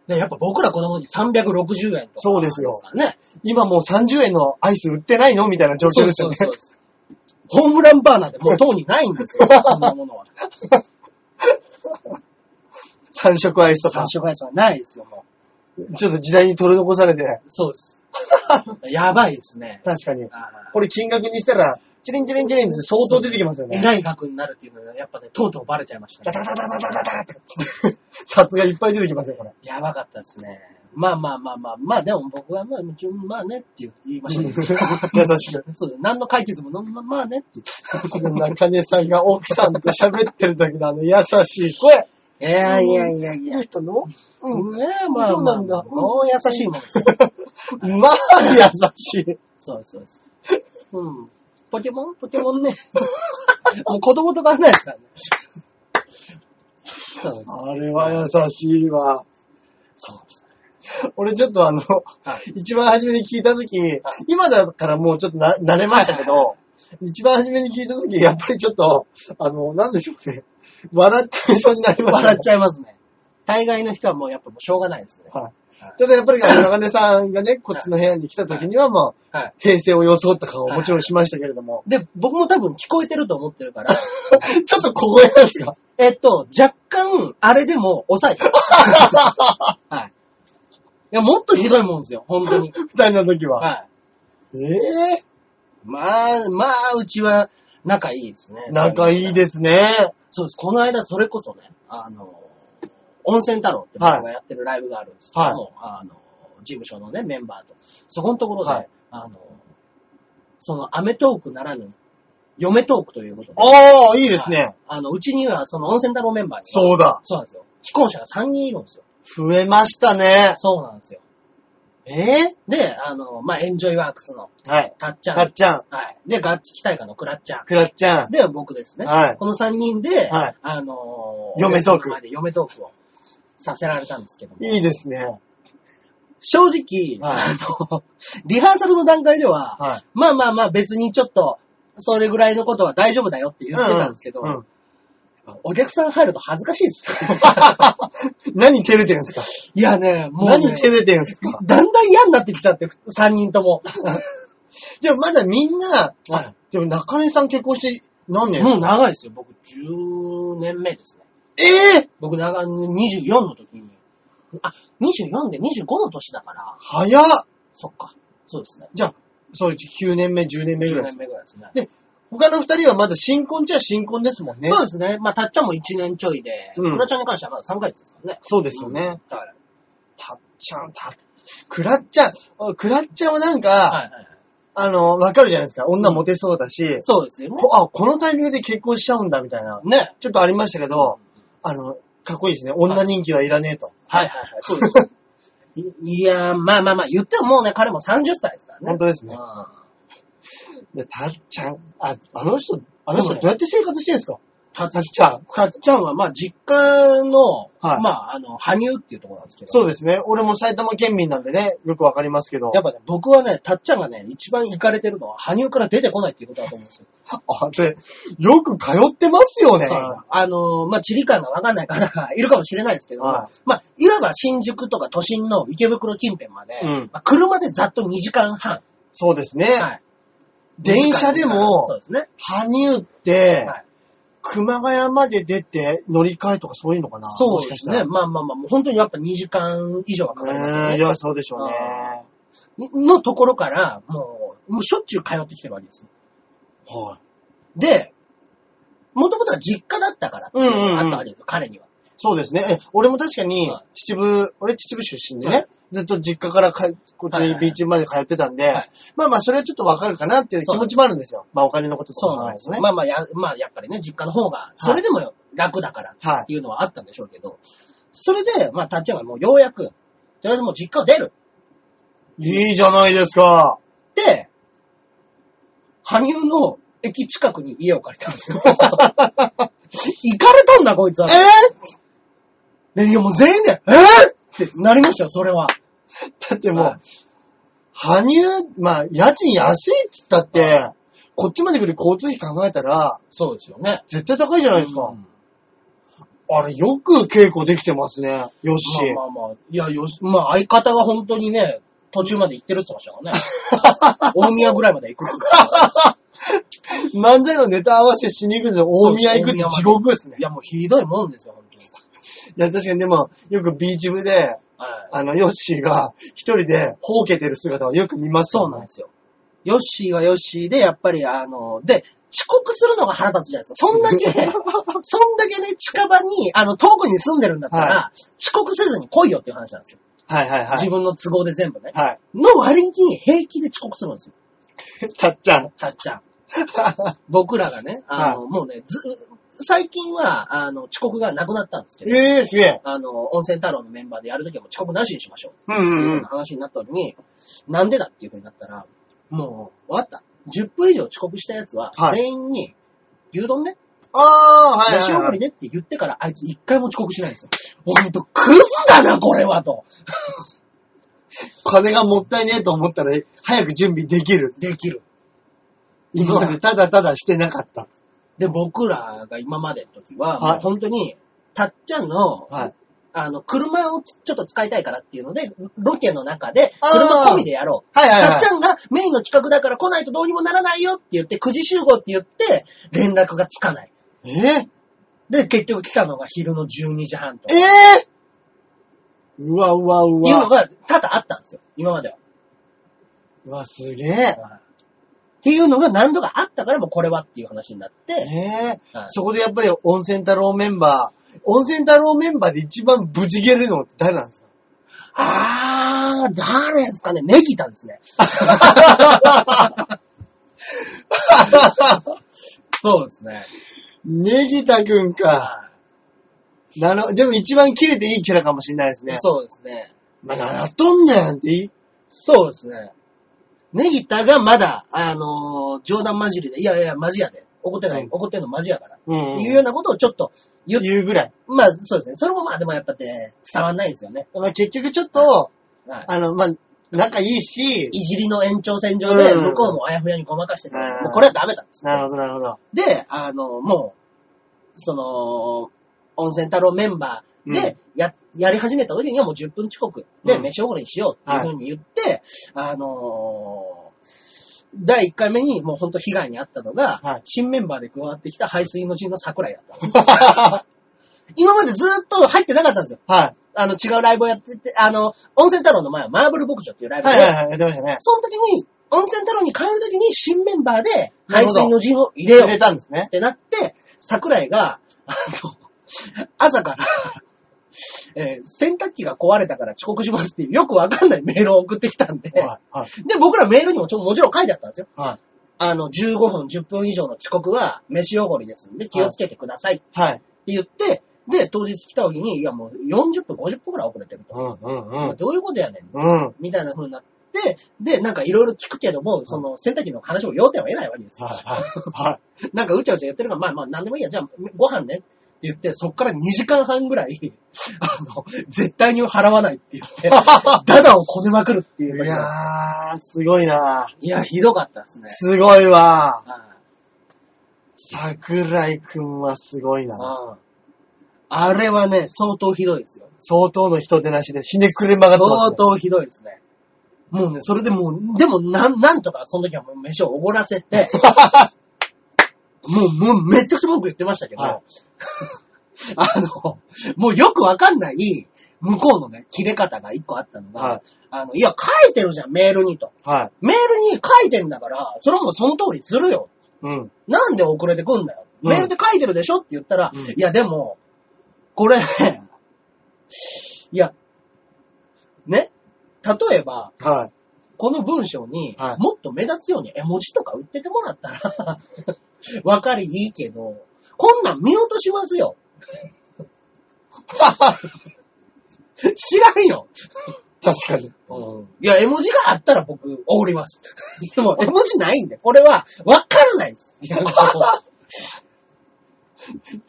でやっぱ僕ら子供に360円とか。そうですよからね。今もう30円のアイス売ってないのみたいな状況ですよね。そうそうそうホームランバーなんてもう当にないん ですよ、そんなものは。 3色アイスとか三。色アイスはないですよ、もう。ちょっと時代に取り残されて。そうです。 やばいですね。確かに。あーこれ金額にしたら、チリンチリンチリンって相当出てきますよね。偉い額になるっていうのは、やっぱね、とうとうバレちゃいましたダね。ダダダダダダダってつって、札がいっぱい出てきますよ、これ。やばかったですね。まあまあまあまあ、まあでも僕はまあ、一応まあねって言う言い ましたけど。優しく。そうです。何の解決も、まあまあねって言中根さんが奥さんと喋ってる時のあの優しい声。って。いやいやいやいや。人のうん。ねえ、まあ、そうなんだもう優しいもんですよ。まあ、優しい。そうです、そうです。うん。ポケモンポケモンね。 もう子供と変わんないですからね。そうです。あれは優しいわ。そうです。俺ちょっとあの、一番初めに聞いた時に、今だからもうちょっとな慣れましたけど、一番初めに聞いた時、やっぱりちょっと、あの、なんでしょうね。笑っちゃいそうになりました。笑っちゃいますね。大概の人はもうやっぱもうしょうがないですね。はい。ただやっぱり、あの中根さんがね、こっちの部屋に来た時にはもう、はい。平成を装った顔をもちろんしましたけれども、 で、僕も多分聞こえてると思ってるから、ちょ っと小声なんですかえっと、若干、あれでも抑えてる。 はい。いや、もっとひどいもんですよ、本当に。二人の時は。はい。ええまあ、まあ、うちは仲いいですね。仲いいす。ですね。そうです。この間、それこそね、あの、温泉太郎って僕がやってるライブがあるんですけども、あの、事務所のね、メンバーと。そこのところで、はいあの、その、アメトークならぬ、嫁トークということで。ああ、いいですはね。あの、うちには、その温泉太郎メンバーに。そうだ。そうなんですよ。既婚者が3人いるんですよ。増えましたね。そうなんですよ。えで、あの、まあ、エンジョイワークスの、えはい。たっちゃん。かっちゃん、はい。で、ガッツキ大会のクラッちゃん。くらっちゃん。で、僕ですね。はいこの3人で、はいあの嫁トークまで嫁トークをさせられたんですけども。いいですね。正直、はいあの、リハーサルの段階では、はいまあまあまあ別にちょっと、それぐらいのことは大丈夫だよって言ってたんですけど、ううんお客さん入ると恥ずかしい です。何照れてんすかいやね、もう、ね、何照れてんす かだんだん嫌になってきちゃって、3人とも。でもまだみんな、はでも中根さん結婚して何い年もう長いですよ。僕、10年目ですね。ええ僕、長い24の時に。あ、24で25の年だから、早っそっか。そうですね。じゃあ、そう、9年目、10年目ぐら10い。年目ぐらいですね。他の二人はまだ新婚っちゃ新婚ですもんね。そうですね。まあ、たっちゃんも1年ちょいで、うんクラちゃんに関してはまだ3ヶ月ですからね。そうですよね。だからたっちゃん、たっ、くらっちゃん、あくらっちゃんはなんか、はいはいはい。あの、わかるじゃないですか。女モテそうだし、そうですよね。こあ、このタイミングで結婚しちゃうんだみたいな。ね。ちょっとありましたけど、あの、かっこいいですね。女人気はいらねえと。はいはいはい。そうですよ。い いやー、まあまあまあ、言ってももうね、彼も30歳ですからね。本当ですね。うんで、たっちゃん、あ、あの人、あの人そどうねうやって生活してるんですかたったっちゃん。たっちゃんは、まあ、実家の、はいまあ、あの、羽生っていうところなんですけど。そうですね。俺も埼玉県民なんでね、よくわかりますけどや。っぱね、僕はね、たっちゃんがね、一番行かれてるのは、羽生から出てこないっていうことだと思うんですよ。あれ、よく通ってますよね。そうあのーまあ、地理感がわかんない方が いるかもしれないですけど、はいまあ、いわば新宿とか都心の池袋近辺まで、うんまあ、車でざっと2時間半。そうですね。はい電車でもそうですね。羽生って、はい熊谷まで出て乗り換えとかそういうのかなそもうしでかしすたらね。まあまあまあ、もう本当にやっぱ2時間以上はかかりますよねねい。や、そうでしょうね。のところから、もう、もうしょっちゅう通ってきてるわけですよ。はい。で、もともとは実家だったからっていうのがあったわけですよ、彼には。そうですね。え、俺も確かにはい、秩父、俺秩父出身ではね、ずっと実家からかこっちはいはいにはいビーチまで通ってたんではい、まあまあ、それはちょっとわかるかなっていう気持ちもあるんですよ。まあ、お金のこととそうかもなあんるでしすね。ね。まあまあや、まあやっぱりね、実家の方が、それでも楽だからっはい。ていうのはあったんでしょうけど、それで、まあ、たっちゃんがもうようやく、とりあえずもう実家を出るいいじゃないですか。って、羽生の駅近くに家を借りたんです よ。行かれとんだ、こいつは。えで、いやもう全員で、えぇ、ってなりましたよ、それは。ーだってもはう、羽生、まあ、家賃安いっつったって、こっちまで来る交通費考えたら、そうですよね。絶対高いじゃないですうかん。あれ、よく稽古できてますね。よし。まあまあまあ、いや、よし、まあ相方は本当にね、途中まで行ってるって言ってました からね。大宮ぐらいまで行くって言ってましたから漫才のネタ合わせしに行くの大宮行くって地獄ですね。いや、もうひどいもんですよ、本当に。いや、確かにでも、よくビーチ部で、はい。あの、ヨッシーが一人でほうけてる姿をよく見ますそようね、なんですよ。ヨッシーはヨッシーで、やっぱりあの、で、遅刻するのが腹立つじゃないですか。そんだけ、 そんだけね、近場に、あの、遠くに住んでるんだったら、遅刻せずに来いよっていう話なんですよ。はいはいは自い。分の都合で全部ね。はの割に平気で遅刻するんですよ。い。 たっちゃん。たっち ゃん。僕らがね、あの、もうね、ず、最近は、あの、遅刻がなくなったんですけど、ええすげえ。あの、温泉太郎のメンバーでやるときはもう遅刻なしにしましょう。うっていんううようんな話になったのに、なんでだっていう風になったら、もう、終わった。10分以上遅刻したやつは、はい全員に、牛丼ね、ああ、はい出しおはい、ごはりい。ねって言ってから、あいつ一回も遅刻しないんですよ。ほんと、クズだな、これは、と。金がもったいねえと思ったら、早く準備できる。できる。今までただただしてなかった。で、僕らが今までの時はは、いもう本当に、たっちゃんの、はいあの、車をつちょっと使いたいからっていうので、ロケの中で、あー車込みでやろう。はいはいたはっいち。ゃんがメインの企画だから来ないとどうにもならないよって言って、9時集合って言って、連絡がつかない。えで、結局来たのが昼の12時半と。えええうわうわういうのわ。が多々あったんですよ。今までは。うわ、すげえ。っていうのが何度かあったからもうこれはっていう話になって、ええはいそこでやっぱり温泉太郎メンバー、温泉太郎メンバーで一番ブチ切れるのって誰なんですかあー、誰ですかねネギタで すね。そうですね。ネギタくんか。なるほど。でも一番切れていいキャラかもしれないですね。そうですね。まあ、習っとんねんっていいそうですね。ネギタがまだ、あのー冗談交じりで、いやいや、マジやで。怒ってない、うん怒ってんのマジやから。うんっていうようなことをちょっと言って、言うぐらい。まあそうですね。それもまあでもやっぱって伝わんないですよね。まあ、結局ちょっと、はい。あの、まあ、仲いいし、いじりの延長線上で、うん向こうもあやふやにごまかしてて、うんもうこれはダメだっつってなるほど、なるほど。で、あの、もう、その、温泉太郎メンバーでや、やり始めた時にはもう10分遅刻で、うん飯おごりにしようっていう風に言って、あの第1回目にもうほんと被害に遭ったのが、はい新メンバーで加わってきた排水の陣の桜井だったんですよ。 今までずっと入ってなかったんですよ。はあの、違うライブをやってて、あの、温泉太郎の前はマーブル牧場っていうライい。ブはで、いはいはい、やってましたね。その時に、温泉太郎に変える時に新メンバーでなる排ほど水の陣を入れよ入うれたんですねっ。てなって、桜井が、あの、朝から、えー洗濯機が壊れたから遅刻しますっていう、よくわかんないメールを送ってきたんで、はい、はい、で、僕らメールにもちょもちろん書いてあったんですよ。はい。あの、15分、10分以上の遅刻は飯おごりですんで気をつけてくださいってはい。言って、で、当日来た時に、いやもう40分、50分くらい遅れてると。うん、うん、うん。どういうことやねん、 うん。みたいな風になって、で、なんかいろいろ聞くけども、その洗濯機の話も要点は得ないわけですよ。はなんかうちゃうちゃ言ってるから、まあまあ何でもいいや、じゃあご飯ねって言って、そっから2時間半ぐらい、 あの、絶対に払わない って言って、ダダをこねまくるっていい。ういのが。やー、すごいな。いや、ひどかったですね。すごいわ。あ桜井くんはすごいな。ああれはね、相当ひどいですよ。相当の人手なしで、ひねくれ曲がってます、相ね。当ひどいですね。もうね、それでもう、でもなん、なんとかその時はもう飯をおごらせ て、もう、もうめっちゃくちゃ文句言ってましたけど、は あの、もうよくわかんない、向こうのね、切れ方が一個あったのが、はいあの、いや、書いてるじゃん、メールにと。はい。メールに書いてんだから、それはもうその通りするよ。うん。なんで遅れてくんだよ。うんメールで書いてるでしょって言ったら、うんいや、でも、これね、いや、ね、例えば、はこの文章にはい、もっと目立つように絵文字とか売っててもらったら、 わかりいいけど、こんなん見落としますよ。知らんよ。い。確かに。うんいや、絵文字があったら僕、おごります。でも、絵文字ないんで、これは、わからな いです。いやもう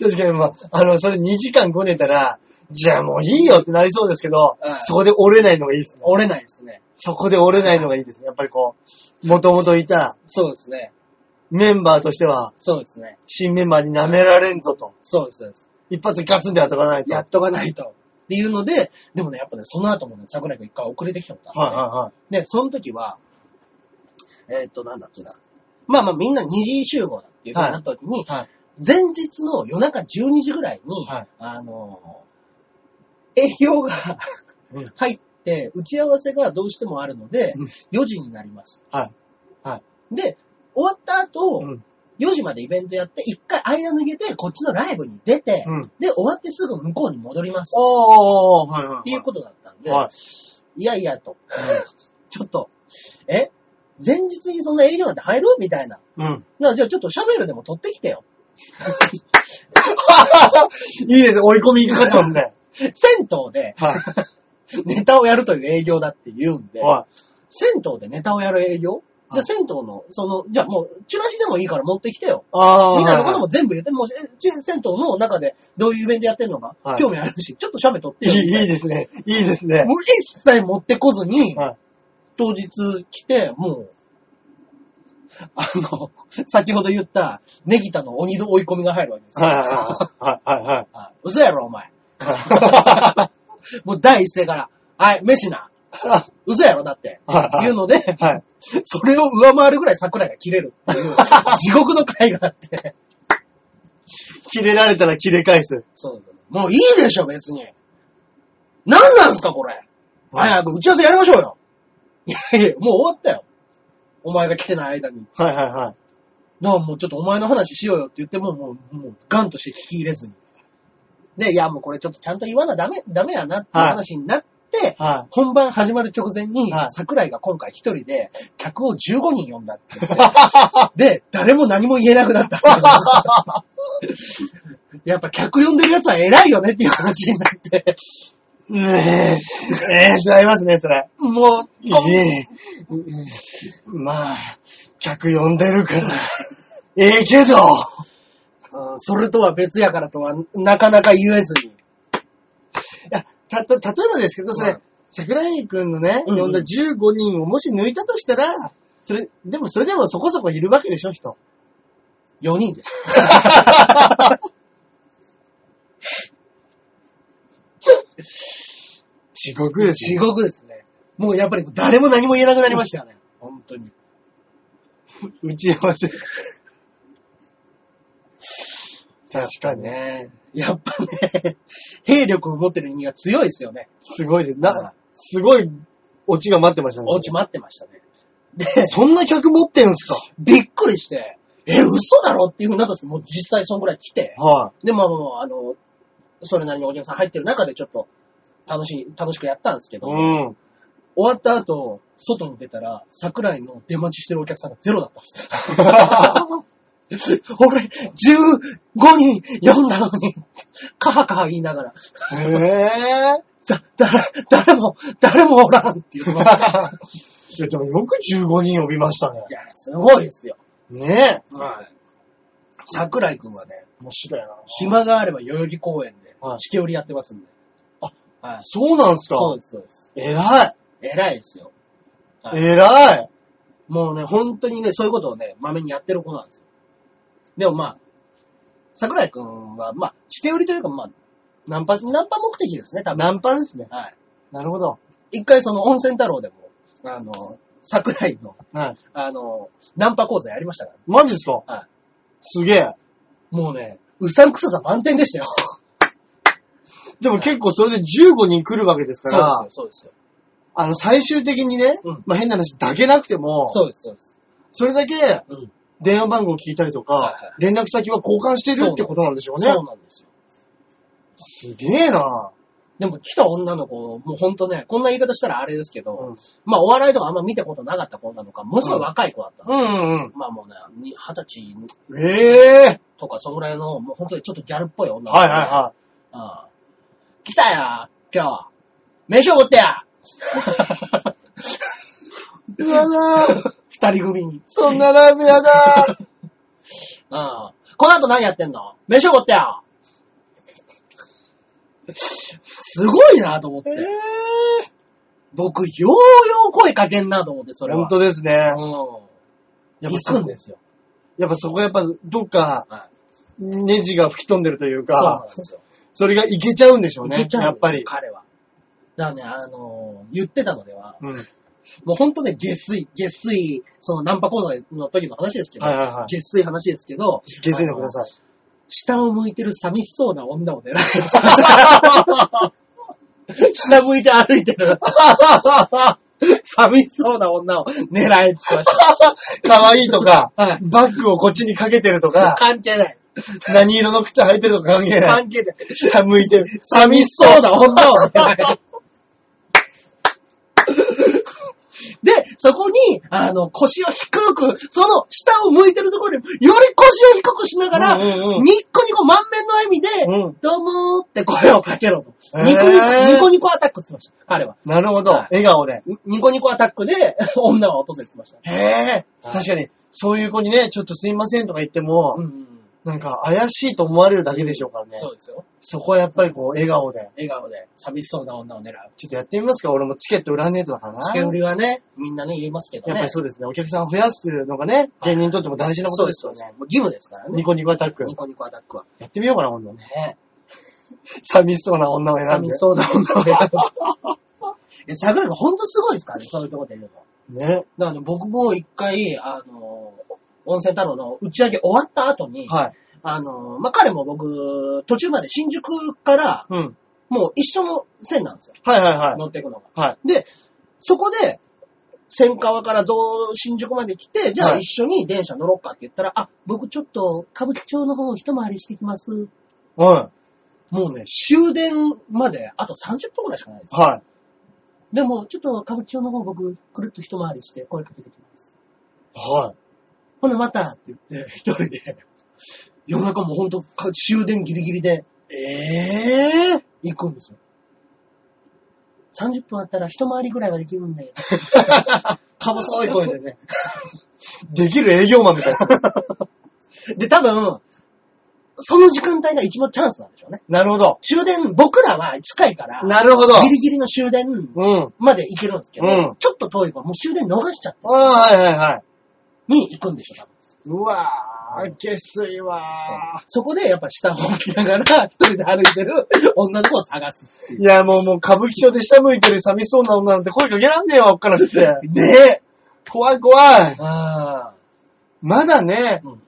確かに、まあ、あの、それ2時間こねたら、じゃあもういいよってなりそうですけど、はいそこで折れないのがいいですね。折れないですね。そこで折れないのがいいですね。やっぱりこう、もともといたそうですね。メンバーとしては、そうですね。新メンバーに舐められんぞと。そうです。そうです一発ガツンで当たらないと。やっとかないと。っていうので、でもね、やっぱね、その後もね、桜井が一回遅れてきたことあって、はいはで、その時は、えーっと、なんだっけな。まあまあみんな2時集合だっていう風になった時に、いはい。はい。前日の夜中12時ぐらいに、はいあのー営業がうん入って、打ち合わせがどうしてもあるのでうん、 4時になります。はい。で、終わった後、うん4時までイベントやって、一回間抜けて、こっちのライブに出て、うん。で、終わってすぐ向こうに戻ります。おー、はいはい。っていうことだったんで、はい。いやいやと。ちょっと、え前日にそんな営業なんて入るみたいな。うん。なじゃあちょっとシャベルでも取ってきてよ。いいですね。追い込みにかかってますね。銭湯ではネタをやるという営業だって言うんでい。、は銭湯でネタをやる営業はじゃいあ銭湯の、その、じゃあもう、チラシでもいいから持ってきてよ。あー。みたいなことも全部言って、もう、えち銭湯の中でどういうイベントやってんのか、はい興味あるし、ちょっとシャベ取っいてい、よ。いいですね。いいですね。もう一切持ってこずに、はい当日来て、もう、あの、先ほど言った、ネギタの鬼の追い込みが入るわけですよ。はいはいはい。はいはいはい。あ嘘やろ、お 前。もう第一声から、はい、飯な。嘘やろ、だって。はいはいいうので、はい。それを上回るぐらい桜井が切れるっていう、地獄の回があって。切れられたら切れ返す。そうそう。もういいでしょ、別に。何なんすか、これ。早く打ち合わせやりましょうよ。いやいや、もう終わったよ。お前が来てない間に。はいはいはい。だからもうちょっとお前の話しようよって言っても、もう、もう、ガンとして聞き入れずに。で、いや、もうこれちょっとちゃんと言わなダメ、ダメやなっていう話になって、は本番始まる直前に、はい桜井が今回一人で、客を15人呼んだって言っ て。で、誰も何も言えなくなった。 やっぱ客呼んでる奴は偉いよねっていう話になって、い。ねえ。ねえ、違いますね、それ。もう、いえ。まあ、客呼んでるから。ええけど。うんそれとは別やからとは、なかなか言えずに。いや、た、た、例えばですけど、それ、はい桜井くんのね、うんうん呼んだ15人をもし抜いたとしたら、それ、でもそれでもそこそこいるわけでしょ、人。 4人です。地獄で地獄ですね。もうやっぱり誰も何も言えなくなりましたよね。本当に。打ち合わせ。確かにね。ね。やっぱね、兵力を持ってる人間は強いですよね。すごいです。はな、すごい、オチが待ってましたね。お家待ってましたね。で、そんな客持ってんすかびっくりして、え、嘘だろっていう風になったんですけど、もう実際そのぐらい来て、はで、まあまあまあ、あの、それなりにお客さん入ってる中でちょっと、楽しい、楽しくやったんですけい。ど、うん。終わった後、外に出たら、桜井の出待ちしてるお客さんがゼロだったん です。俺、15人読んだのに、カハカハ言いながら、へえ。さ、だ、誰も、誰もおらん っていう。いいやでもよく15人呼びましたね。や、すごいですよ。ねはい。桜井くんはね、え。面白いな。暇があれば代々木公園では、い地球売りやってますんで。あ、はい。そうなんすかそうです、そうです。偉い。偉いですよ。はい偉い。もうね、本当にね、そういうことをね、まめにやってる子なんですよ。でもまあ、桜井くんは、まあ、して売りというか、まあ、ナンパナンパ目的ですね、多分。ナンパですね。はい。なるほど。一回その温泉太郎でも、あの、桜井の、はい。あの、ナンパ講座やりましたから。マジですかはい。すげえ。もうね、うさんくささ満点でしたよ。でも結構それで15人来るわけですから、そうですよ、あの、最終的にね、うんまあ変な話、だけなくても、そうですよ。そうです、それだけそうです。電話番号聞いたりとか、はいはい連絡先は交換してるってことなんでしょうん。うね。そうなんですよ。すげえなでも来た女の子、もうほんとね、こんな言い方したらあれですけど、うんまあお笑いとかあんま見たことなかった子なのか、ものすごい若い子だったの、うんまあもうね、に二十歳うん。ええとかそのぐらいの、もうほんとにちょっとギャルっぽい女の子。。はいはいはいうん。来たよ、今日。飯おごっ てやい。うわなぁ。二人組に。そんなライブやだー うん。この後何やってんの飯おごってよすごいなと思って。え僕、ようよう声かけんなと思って、それは。本当ですね。うん。やっぱ行そくんこですよ。やっぱそこやっぱどっかはネジが吹き飛んでるというそうなんか、ですよ。それがいけちゃうんでしょう ね。行けちゃうやんですよっぱり。彼は。だからね、あのー言ってたのでは、うん。はいもう本当ね、下水、下水、そのナンパ講座の時の話ですけど、はいはい。下水話ですけど、下水のください。下を向いてる寂しそうな女 を狙って、下向いて歩いてる、寂しそうな女を狙えって言ってまし可愛いとか、た。はい。バッグをこっちにかけてるとか、関係ない。何色の靴履いてるとか関係ない。関係ない。下向いてる。寂しそうな女をね。で、そこに、あの、腰を低く、その下を向いてるところに、より腰を低くしながら、うんうんうんニッコニコ満面の笑みで、うんどうもーって声をかけろと。へーニコニコ、ニコニコアタックって言ってました、彼は。なるほど。はい笑顔で。ニニコニコアタックで、 女は訪れてました。へえ、確かに、そういう子にね、ちょっとすいませんとか言っても、うんうんうん、なんか怪しいと思われるだけでしょうからね。そうですよ。そこはやっぱりこう、笑顔で。笑顔で、寂しそうな女を狙う。ちょっとやってみますか俺もチケット売らねえとだからな。付け売りはね、みんなね、言いますけどね。やっぱりそうですね。お客さんを増やすのがね、芸人にとっても大事なこそうとで、ですすそうよです。ね。もう義務ですからねニ。コニコアタック。ニコニコアタックは。やってみようかな、今度。ね寂しそうな女を選ん寂でし。そうな 女を選ぶえ、桜がほんとすごいですからね、そういうとこで言うと。ね。だからね、僕も一回、あの、温泉太郎の打ち上げ終わった後に、はい。あの、まあ、彼も僕、途中まで新宿から、うん。もう一緒の線なんですよ。はいはいはい。乗っていくのが。はい。で、そこで、千川からどう新宿まで来て、じゃあはい一緒に電車乗ろうかって言ったら、あ、僕ちょっと歌舞伎町の方を一回りしてきます。はもうね、終電まであと30分くらいしかないですい。よ。はでも、ちょっと歌舞伎町の方僕、くるっと一回りして声かけてきます。い。はほな、またって言って、 一人で、夜中もほんとか終電ギリギリでい。ええ行くんですよ。30分あったら一回りぐらいはできるん で。か細い声でね。できる営業マンみたい な。で、多分、その時間帯が一番チャンスなんでしょうね。なるほど。終電、僕らは近いから、なるほど。ギリギリの終電うん。まで行けるんですけど、うんちょっと遠いからもう終電逃しちゃっああ、はいはいはい。に行くんでしょ、多分うわぁ、下水わそこでやっぱ下を向きながら、一人で歩いてる女の子を探すっていいや、もう、もう、歌舞伎町で下向いてる寂しそうな女なんて声かけらんねえわ、おっかなくて。う。ねえ。怖い怖い。あまだね、うん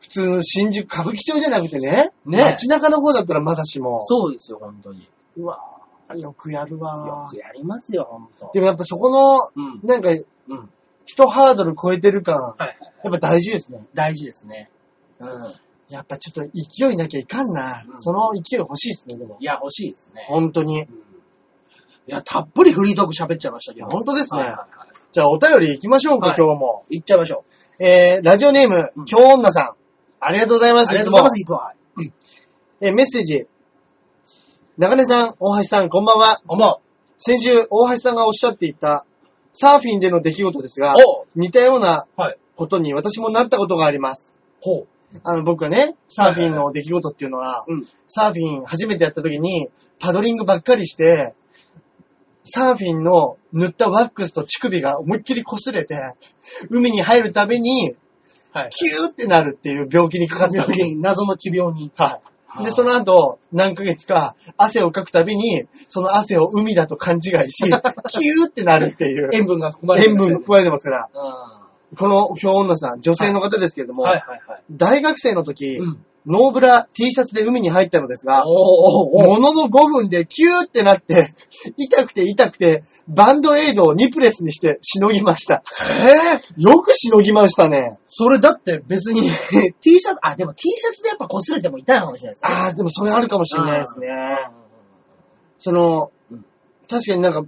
普通の新宿、歌舞伎町じゃなくてね、ね街中の方だったらまだしも。そうですよ、本当に。うわぁ、よくやるよわくやりますよ、本当で。もやっぱそこの、うん。なんか、うん。一ハードル超えてる感、はいはい。やっぱ大事ですね。大事ですね。うん。やっぱちょっと勢いなきゃいかんな。うんその勢い欲しいですね、でも。いや、欲しいですね。本当に。うん。いや、たっぷりフリートーク喋っちゃいましたけど。本当ですねはいはいはいじゃあお便り行きましょうか、はい今日も。行っちゃいましょう。えー、ラジオネームうん、京女さん。ありがとうございます。ありがとうございます、いついつも。はいもえーメッセージ。中根さん、大橋さん、こんばんは。こんばんは。先週、大橋さんがおっしゃっていた、サーフィンでの出来事ですが、おう似たようなはい。ことに私もなったことがあります。ほう。あの、僕はね、サーフィンの出来事っていうのは、うん。サーフィン初めてやった時に、パドリングばっかりして、サーフィンの塗ったワックスと乳首が思いっきり擦れて、海に入るたびに、はい。キューってなるっていう病気にかかった。病気謎の奇病に。はい。で、その後、何ヶ月か、汗をかくたびに、その汗を海だと勘違い し、キューってなるっていう、塩分が含まれて塩ますよ分ねが加えてますから、うん。はこの、京女さん、女性の方ですけれども、いはいはい。大学生の時、うん。ノーブラ T シャツで海に入ったのですが、おーおーおーものの5分でキューってなって、 痛くて痛くて、バンドエイドをニプレスにしてしのぎました。えーよくしのぎましたね。それだって別に T シャツ、あ、でも T シャツでやっぱ擦れても痛いのかもしれないですね。ああ、でもそれあるかもしれないですね。そのうん、確かになんか、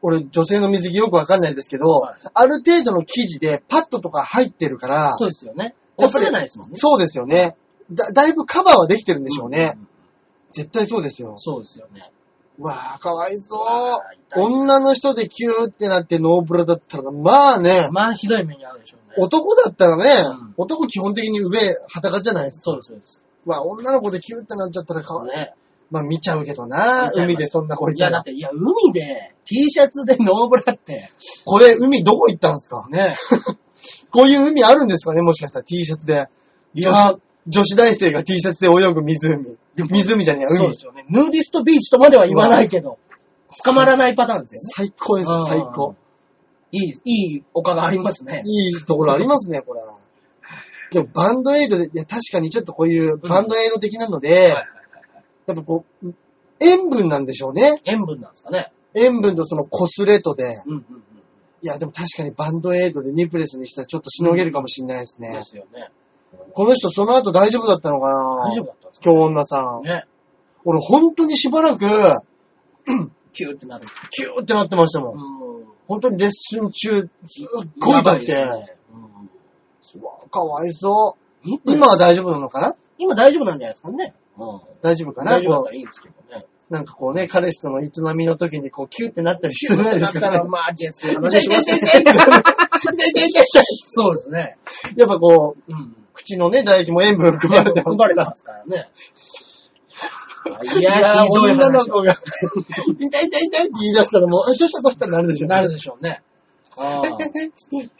俺女性の水着よくわかんないですけど、はいある程度の生地でパッドとか入ってるから、そうですよね。やっぱ擦りれないですもんね。そうですよね。だ、だいぶカバーはできてるんでしょうね。んんん。絶対そうですよ。そうですよね。うわあ、かわいそうわー。痛い女の人でキューってなってノーブラだったら、まあね、まあ、ひどい目に遭うでしょうね。男だったらね、うん男基本的に上、裸じゃないですそうです、そうです。か。まあ、女の子でキューってなっちゃったらかわいい。ね。まあ、見ちゃうけどな見、ちゃいます海でそんな子いいたや、だっら。て、いや、海で T シャツでノーブラって、これ、海どこ行ったんですか ね。こういう海あるんですかねもしかしたら T シャツで。いや女子、女子大生が T シャツで泳ぐ湖。湖じゃねえや、そう海で。すよね。ヌーディストビーチとまでは言わないけど、捕まらないパターンです最高ですよよ、ね。最高。うん。いい、いい丘がありますね。いいところありますね、これ。でも、バンドエイドで、いや、確かにちょっとこういうバンドエイド的なので、はいやっぱこう、塩分なんでしょうね。塩分なんですかね。塩分とその擦れとで。うんうんうん。いや、でも確かにバンドエイドでニプレスにしたらちょっとしのげるかもしれないですねで。すよね。この人その後大丈夫だったのかな大丈夫だったんです今日女さんか。ね。俺本当にしばらく、キューってなる。キューってなってましたもん。うん。本当にレッスン中、すっごい痛くて。やばいですねうんうわかわいそう。ニップレス今は大丈夫なのかな今大丈夫なんじゃないですかね。うん。大丈夫かな大丈夫だっこたらいいんですけどね。うなんかこうね、彼氏との営みの時にこう、キューってなったりしてないですかだねったら。まあ、ゲ痛スい痛い痛い痛い痛い痛い痛い痛いそうですね。やっぱこう、うん。口のね、唾液も塩分含まれてますばれてますからね。いいやや、ー、ひどい女の話子が、痛い痛い痛いって言い出したらもう、えどうしたどうしたってなるでしょ。なるでしょうね。あ痛い痛い痛いっつって。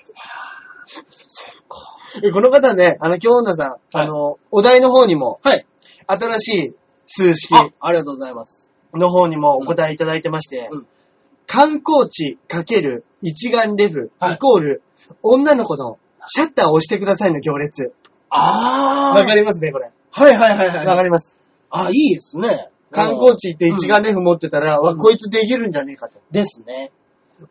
え この方ね、あの、京女さん、あの、お題の方にも、はい。新しい数式あ、ありがとうございます。の方にもお答えいただいてまして、うん観光地×一眼レフはいイコール、女の子のシャッターを押してくださいの行列。あわかりますね、これ。はいはいはいわはい。かります。あ、いいですね。観光地行って一眼レフ持ってたら、んわ、こいつできるんじゃねえかと。ですね。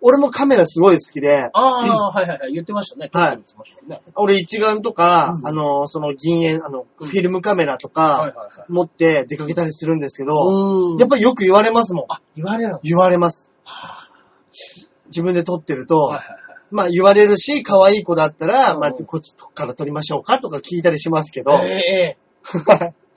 俺もカメラすごい好きで、ああ、はいはいはい。言ってましたね。はい言ってましたね。俺一眼とか、うんあの、その銀塩、あの、フうんィルムカメラとはいか、はいはい。持って出かけたりするんですけど、うんやっぱりよく言われますもん。あ、言われるの言われます。自分で撮ってると、はいはいはい。まあ言われるし、可愛い子だったら、うんまあこっちから撮りましょうかとか聞いたりしますけど、ええ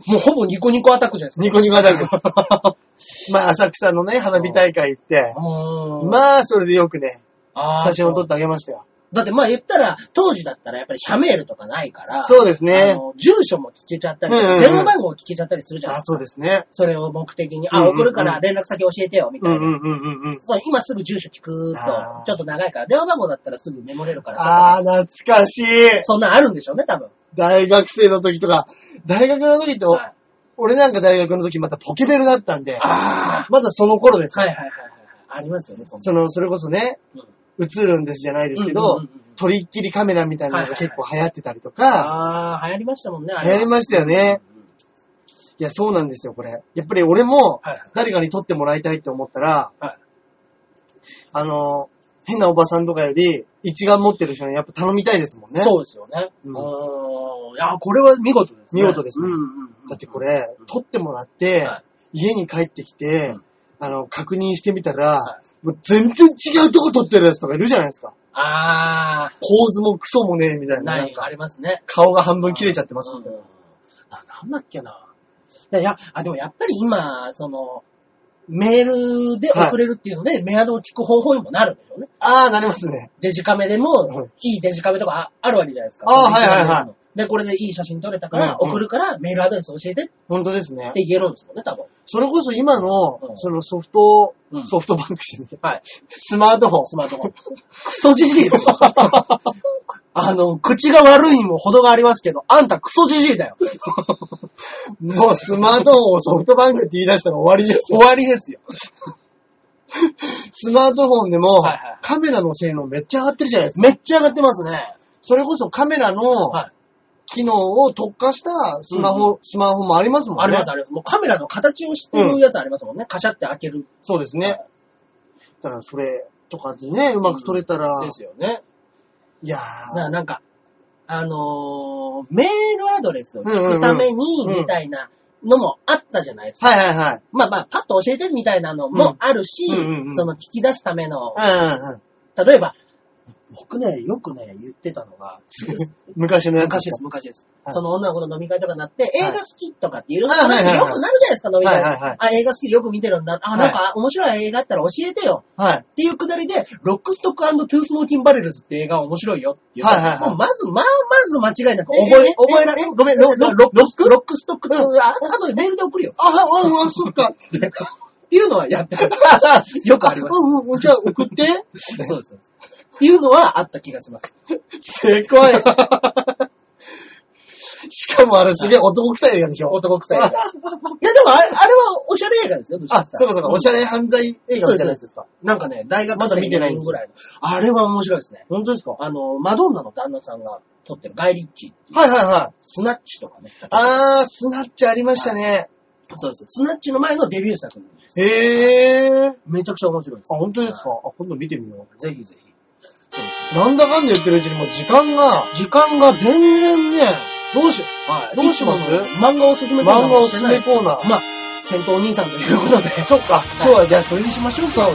もうほぼニコニコアタックじゃないで すニコニコアタックです。 まあ浅草のね、花火大会行ってか。、うんまあそれでよくね、あー写真を撮ってあげましたよ。だってまあ言ったら、当時だったらやっぱり社メールとかないから、そうですあね。の住所も聞けちゃったり、うんうんうん電話番号聞けちゃったりするじゃないあですか。そうですね。それを目的に、うんあ、うんうん送るから連絡先教えてよ、みうたんいな。うんうんうんうん。そう今すぐ住所聞くあとー、ちょっと長いから、電話番号だったらすぐメモれるからあさ。あ、懐かしい。そんなんあるんでしょうね、多分。大学生の時とか、大学の時と、はい俺なんか大学の時またポケベルだったんで、あまだその頃ですあ。はいはいはいはい。ありますよね、そんなその、それこそね、映るんですじゃないですけうんどうんうんうん、とりっきりカメラみたいなのが結構流行ってたりとか、ああ、流行りましたもんね、あ流行りましたよね。うんうんいや、そうなんですよ、これ。やっぱり俺もはいはい、誰かに撮ってもらいたいって思ったらはい、あの、変なおばさんとかより、一眼持ってる人にやっぱ頼みたいですもんね。そうですよね。ううんん。いや、これは見事ですね。見事ですねうんうんうん。だってこれ、撮ってもらって、は家に帰ってきて、うんあの、確認してみたら、はもう全然違うとこ撮ってるやつとかいるじゃないですか。ああ、構図もクソもねえみたいな。ななんい、あかりますね。顔が半分切れちゃってますみたいな。うんあなんだっけな。いや、あ、でもやっぱり今、その、メールで送れるっていうので、メアドを聞く方法にもなるんでしょうね。ああ、なりますね。デジカメでも、うんいいデジカメとかああるわけじゃないですか。あーその一眼レフのはいはいはで、これでいい写真撮れたかうんうら、ん送るから、メールアドレス教えてって本当ですね。言えるんですもんね、多分。それこそ今の、うんそのソフト、うんソフトバンクじゃねえはい。スマートフォン。スマートフォン。クソじじいですよ。あの、口が悪いにも程がありますけど、あんたクソじじいだよ。もうスマートフォンをソフトバンクって言い出したら終わりです終よ。わりですよ。スマートフォンでも、はいはいカメラの性能めっちゃ上がってるじゃないですか。めっちゃ上がってますね。それこそカメラの、はい機能を特化したスマホ、スマホもありますもんね。あります、あります。もうカメラの形を知ってるやつありますもんね。カシャって開ける。そうですね。だからそれとかでね、うまく撮れたら、ですよね。いやだからー、なんか、あのーメールアドレスを聞くために、うんうんうんみたいなのもあったじゃないですか。はいはいはい。まあまあ、パッと教えてみたいなのもあるし、うんうんうんうんその聞き出すための、うんうんうん例えば、僕ね、よくね、言ってたのが、昔のやつ。昔です、昔です。はいその女の子の飲み会とかになって、映い画好きとかっていうはい話はいはいよくなるじゃないですか、飲みはい会。はいはい。あ、映画好きでよく見てるんだ。あ、なんか面白い映画あったら教えてよ。はい。っていうくだりで、ロックストックトゥースモーキンバレルズって映画面白いよっていう。はいはいはいもうまず、まあ、まず間違いなく覚え、覚えられごめん、ロロロロックスロックストックトゥー、あ、あとでメールで送るよ。あ、あ、あ、あ、そっ か。っていうのはやってる。よくあります。うんうん、じゃあ送って。 そうです。そうですっていうのはあった気がします。すごい。 しかもあれすげえ男臭い映画でしょ。男臭 い映画です。いや、でもあれ、あれはおしゃれ映画ですよ、どちらあ、かとそういかそうとか、おしゃれ犯罪映画みたいなやつですか。なんかね、大学まだ見てないんですぐよらいの。あれは面白いですね。本当ですかはあの、マドンナの旦那さんが撮ってるガイリッチ、いはいはい。スナッチとかね。あー、スナッチありましたね。そうです。スナッチの前のデビュー作なんです。へー。あ、めちゃくちゃ面白いです。本当ですかあ、今度見てみよぜひぜひ。そうですう。ね。なんだかんだ言ってるうちにもう時間が、時間が全然ね、どうしよはいどうしますいつもの漫画を進う。め漫画おすす進めめコーナー。まあ、戦闘お兄さんということで。そっか、今日はじゃあそれにしましょうそうか。で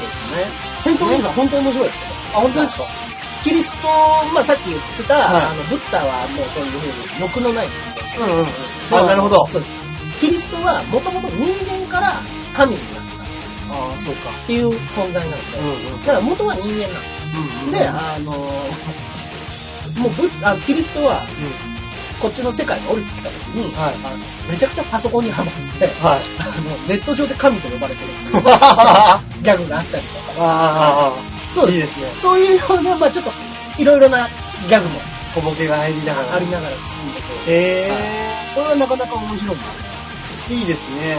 すね。戦闘お兄さん本当に面白いですよ。あ、本当ですかキリスト、まあさっき言ってた、はいあの、ブッダはもうそういうふうに欲のない人間。うんうん。あ、なるほど。そうです。キリストはもともと人間から神になったっあー、そうか。ていう存在なんですうねん。うん。だから元は人間なんですうんうんで、あの、 もうブッあキリストはうんこっちの世界に降りてきた時に、はいあのめちゃくちゃパソコンにハマって、はい。あの、ネット上で神と呼ばれて るっていうあギャグがあったりとか。あ、そういいです。ですね。そういうような、まあちょっと、いろいろなギャグも小ボケが入りながら。ありながら進んでくる。へこれはなかなか面白いな。え、いいですね。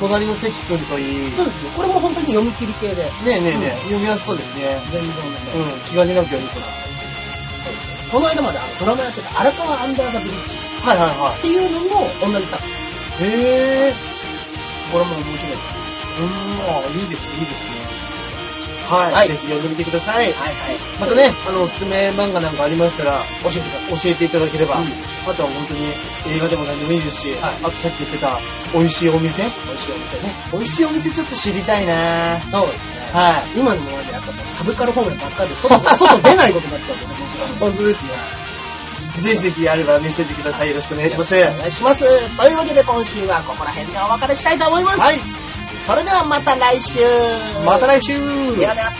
隣の関君といい。ねそうですね。これも本当に読み切り系で、えねえねえ、読みやすそうですね。全然面白い。うん、気兼ねなく読みそうこの間まであのドラマやってた荒川アンダーザブリッジっだ。はいはいはていうのも同じ作品。い。へえ、これも面白いです。うん、あいいです、いいですね。はい、はいぜひ読んでみてください。はいはい。またね、あの、おすすめ漫画なんかありましたら、教えてください。教えていただければ、うんあとは本当に映画でも何でもいいですし、はいあとさっき言ってた美味しいお店美味しいお店ね。美味しいお店ちょっと知りたいなぁ。そうですね。はい。今のままでやったらサブカル方面ばっかりで、外、 外出ないことになっちゃうんでね、僕は本当ですね。ぜひぜひあればメッセージください。よろしくお願いします。お願いします。というわけで今週はここら辺でお別れしたいと思います。はい。それではまた来週。また来週ではでは。